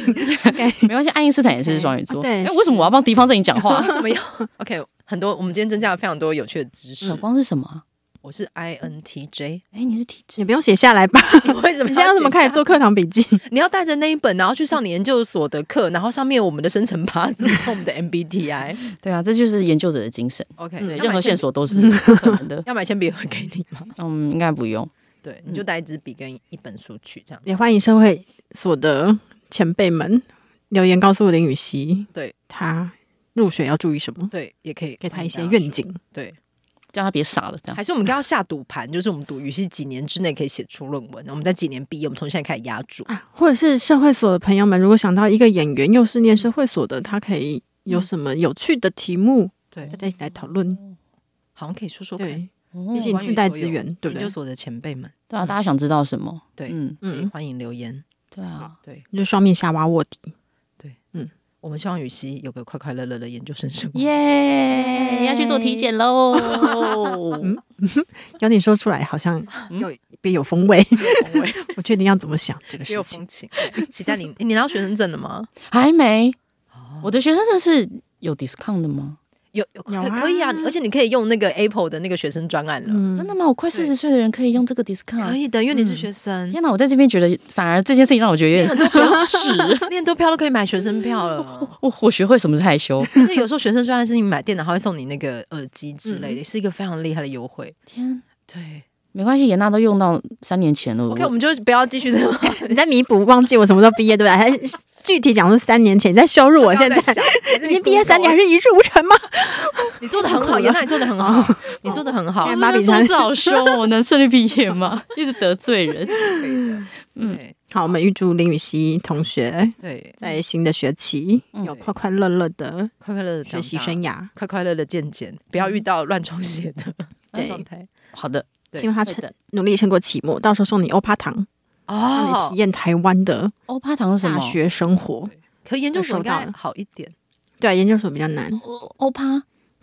[SPEAKER 4] 没关系，爱因斯坦也是双鱼座。
[SPEAKER 3] 对
[SPEAKER 4] 哎，为什么我要帮敌方阵营讲话 [laughs]
[SPEAKER 3] 啊
[SPEAKER 2] 为？什么要 [laughs] ？OK，很多我们今天增加了非常多有趣的知识
[SPEAKER 4] 小。
[SPEAKER 3] 嗯
[SPEAKER 4] 光是什么啊？
[SPEAKER 2] 我是
[SPEAKER 3] [laughs]
[SPEAKER 2] INTJ，
[SPEAKER 4] 哎，你是 TJ
[SPEAKER 3] 也不用写下来吧？
[SPEAKER 2] 你为什么
[SPEAKER 3] [laughs] 你现在
[SPEAKER 2] 要
[SPEAKER 3] 要怎么
[SPEAKER 2] 写
[SPEAKER 3] 开始
[SPEAKER 2] 下
[SPEAKER 3] 做课堂笔记？
[SPEAKER 2] 你要带着那一本，然后去上你研究所的课，然后上面我们的生辰八字 [laughs] 和我们的 MBTI。
[SPEAKER 4] 对啊，这就是研究者的精神。
[SPEAKER 2] OK，
[SPEAKER 3] 嗯
[SPEAKER 4] 对，
[SPEAKER 2] 要
[SPEAKER 4] 任
[SPEAKER 2] 买
[SPEAKER 4] 何
[SPEAKER 2] 铅。
[SPEAKER 4] 线索都是可能的 [laughs]
[SPEAKER 2] 要买铅笔盒给
[SPEAKER 3] [laughs]
[SPEAKER 2] 你吗？
[SPEAKER 4] 嗯，应该不用。
[SPEAKER 2] 对，你
[SPEAKER 3] 嗯
[SPEAKER 2] 就带一支笔跟一本书去这样。
[SPEAKER 3] 也欢迎社会所的前辈们留言告诉林雨熙，
[SPEAKER 2] 对
[SPEAKER 3] 他入学要注意什么，
[SPEAKER 2] 对，也可以
[SPEAKER 3] 给他一些
[SPEAKER 2] 帮大家
[SPEAKER 3] 愿景。
[SPEAKER 2] 说。对，
[SPEAKER 4] 叫他别傻了，这样
[SPEAKER 2] 还是我们刚要下赌盘，就是我们赌语系几年之内可以写出论文，我们在几年毕业，我们从现在开始压住。
[SPEAKER 3] 啊，或者是社会所的朋友们，如果想到一个演员又是念社会所的，他可以有什么有趣的题目，
[SPEAKER 2] 对
[SPEAKER 3] 大，家一起来讨论。
[SPEAKER 2] 好像可以说说看，
[SPEAKER 3] 对，
[SPEAKER 4] 哦
[SPEAKER 3] 毕竟
[SPEAKER 2] 关于
[SPEAKER 3] 自带
[SPEAKER 2] 所
[SPEAKER 3] 资
[SPEAKER 2] 有
[SPEAKER 3] 源，对不
[SPEAKER 2] 研究
[SPEAKER 3] 对？
[SPEAKER 2] 所的前辈们，
[SPEAKER 4] 对啊，大家想知道什么？
[SPEAKER 2] 对
[SPEAKER 4] 嗯，
[SPEAKER 2] 嗯，
[SPEAKER 3] 嗯，
[SPEAKER 2] 欢迎留言。
[SPEAKER 4] 对啊，
[SPEAKER 2] 对
[SPEAKER 3] 你就双面下挖卧底。
[SPEAKER 2] 我们希望雨熙有个快快乐乐的研究生生活。
[SPEAKER 4] 耶，要去做体检 [laughs] 喽。
[SPEAKER 3] [laughs] 有你说出来，好像有别有风味。
[SPEAKER 2] 风味
[SPEAKER 3] [laughs] 我确定要怎么想这个
[SPEAKER 2] 也有
[SPEAKER 3] 事情。
[SPEAKER 2] 风情， [laughs] 期待你。诶你拿到学生证了吗？
[SPEAKER 4] 还没。哦我的学生证是有 discount 的吗？
[SPEAKER 2] 有有可
[SPEAKER 3] 有啊
[SPEAKER 2] 可以啊，而且你可以用那个 Apple 的那个学生专案了，
[SPEAKER 3] 嗯
[SPEAKER 4] 真的吗？我快四十岁的人可以用这个 discount？
[SPEAKER 2] 可以的，因嗯为你是学生，
[SPEAKER 4] 天哪！我在这边觉得，反而这件事情让我觉得有点羞耻。
[SPEAKER 2] [laughs] 你很多票都可以买学生票了。
[SPEAKER 4] 我我学会什么是害 [laughs] 羞。
[SPEAKER 2] [laughs] 而且有时候学生专案是你买电脑，还会送你那个耳机之类的，是一个非常厉害的优惠。
[SPEAKER 4] 天，
[SPEAKER 2] 嗯对
[SPEAKER 4] 没关系，严娜都用到三年前了。
[SPEAKER 2] ，OK，我们就不要继续这 [laughs] 个。
[SPEAKER 3] 你在弥补忘记我什么时候毕业，对不对？还具体讲出三年前，你在羞辱我现在。
[SPEAKER 2] 已
[SPEAKER 3] 已经毕业三年，还，是一事无成吗？
[SPEAKER 2] [laughs] 你做的很好，严娜，你做的很好，你做的很好
[SPEAKER 3] 哎。
[SPEAKER 4] 妈
[SPEAKER 3] 妈
[SPEAKER 4] 比
[SPEAKER 3] 比
[SPEAKER 4] 说
[SPEAKER 3] 她
[SPEAKER 4] 是好凶，我能顺利毕业吗？ [laughs] 一直得罪人。
[SPEAKER 2] 嗯，
[SPEAKER 3] 好，我们预祝林雨熙同学
[SPEAKER 2] 对，
[SPEAKER 3] 在新的学期
[SPEAKER 4] 嗯
[SPEAKER 3] 有快快乐乐的
[SPEAKER 2] 快快乐乐
[SPEAKER 3] 学习生涯，
[SPEAKER 2] 快快乐乐健健，不要遇到乱抽血的
[SPEAKER 3] 对
[SPEAKER 2] 状态
[SPEAKER 4] 好的，
[SPEAKER 2] 对
[SPEAKER 3] 希望他
[SPEAKER 4] 会
[SPEAKER 3] 撑
[SPEAKER 4] 的
[SPEAKER 3] 努力撑过期末，到时候送你欧趴糖，让你体
[SPEAKER 2] 哦。
[SPEAKER 3] 验台湾的
[SPEAKER 4] 欧巴糖是什么
[SPEAKER 3] 大？学生活。
[SPEAKER 2] 可研究所应
[SPEAKER 3] 收到
[SPEAKER 2] 该
[SPEAKER 3] 了
[SPEAKER 2] 好一点，
[SPEAKER 3] 对，研究所比较难，
[SPEAKER 4] 欧欧巴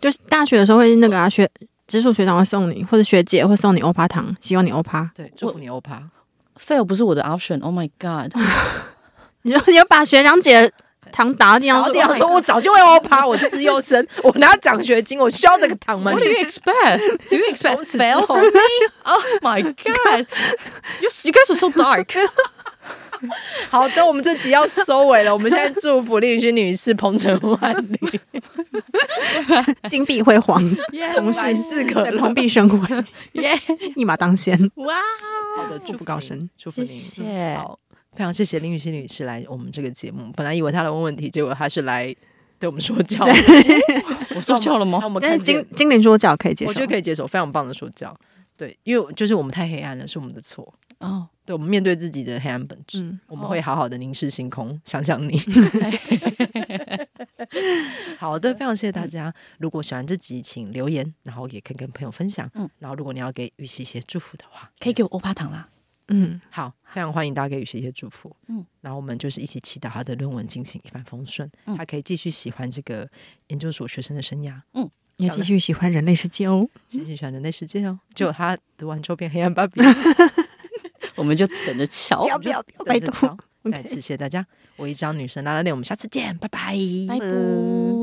[SPEAKER 3] 就是大学的时候会那个啊学。直属学长会送你，或者学姐会送你欧趴糖，希望你欧 [laughs] 趴。
[SPEAKER 2] 对，祝福你欧趴。
[SPEAKER 4] Oh fail 不是我的 option。Oh my god！
[SPEAKER 3] 你说你要把学长姐糖打到地上
[SPEAKER 2] 然后
[SPEAKER 3] 说，
[SPEAKER 2] 店长
[SPEAKER 3] "Oh my
[SPEAKER 2] 说：“我
[SPEAKER 3] God
[SPEAKER 2] 早就会欧 [laughs] 趴，我资优生，我拿奖学金，我需要这个糖
[SPEAKER 4] [laughs]
[SPEAKER 2] 吗？”
[SPEAKER 4] What do you expect? Do you
[SPEAKER 2] 从
[SPEAKER 4] expect
[SPEAKER 2] 此之
[SPEAKER 4] fail
[SPEAKER 2] 后
[SPEAKER 4] from me? Oh my [laughs] god! You you guys are so dark. [laughs]
[SPEAKER 2] 好的，我们这集要收尾了，我们现在祝福令勋女士鹏程 [laughs] 万里，
[SPEAKER 3] 金碧辉 [laughs] 煌，同
[SPEAKER 2] 百
[SPEAKER 3] 事
[SPEAKER 2] 事可
[SPEAKER 3] 对
[SPEAKER 2] 乐
[SPEAKER 3] 蓬荜生 [laughs] 辉，
[SPEAKER 4] 耶！
[SPEAKER 3] 一马当先，
[SPEAKER 4] 哇，
[SPEAKER 2] 好的，祝
[SPEAKER 3] 步
[SPEAKER 2] 福
[SPEAKER 3] 步高
[SPEAKER 2] 你
[SPEAKER 3] 升，
[SPEAKER 2] 祝福
[SPEAKER 4] 谢
[SPEAKER 2] 你。
[SPEAKER 4] 谢。
[SPEAKER 2] 好，非常谢谢林雨欣女士来我们这个节目。本来以为她来问问题，结果她是来对我们说教。
[SPEAKER 4] 我说教了
[SPEAKER 2] 让
[SPEAKER 4] 吗？
[SPEAKER 2] [laughs] 我们
[SPEAKER 3] 但是
[SPEAKER 2] 看见
[SPEAKER 3] 精，精灵说教可以接受，
[SPEAKER 2] 我觉得可以接受，非常棒的说教。对，因为就是我们太黑暗了，是我们的错。
[SPEAKER 4] 哦，
[SPEAKER 2] 对，我们面对自己的黑暗本质，
[SPEAKER 3] 嗯
[SPEAKER 2] 我们会好好的凝视星空，想想你。好的，非常谢谢大家。如果喜欢这集，请留言，然后也可以跟朋友分享。嗯
[SPEAKER 4] 嗯，
[SPEAKER 2] 然后如果你要给雨熙一些祝福的话，
[SPEAKER 4] 可以给我欧巴糖啦。
[SPEAKER 3] 嗯，
[SPEAKER 2] 好，非常欢迎大家给予一些祝福。嗯
[SPEAKER 4] 嗯，
[SPEAKER 2] 然后我们就是一起祈祷他的论文进行一帆风顺，
[SPEAKER 4] 嗯
[SPEAKER 2] 他可以继续喜欢这个研究所学生的生涯，
[SPEAKER 3] 也继续喜欢人类世界哦，
[SPEAKER 2] 继续喜欢人类世界哦。结果他读完之后变黑暗芭比，
[SPEAKER 4] 我们就等着瞧。
[SPEAKER 3] 要
[SPEAKER 2] [laughs]
[SPEAKER 3] 不要不要拜
[SPEAKER 2] 等着
[SPEAKER 3] 托
[SPEAKER 2] 瞧。再次谢谢大家，我一张女神拉拉链，我们下次见，拜拜，
[SPEAKER 4] 拜拜。
[SPEAKER 3] 嗯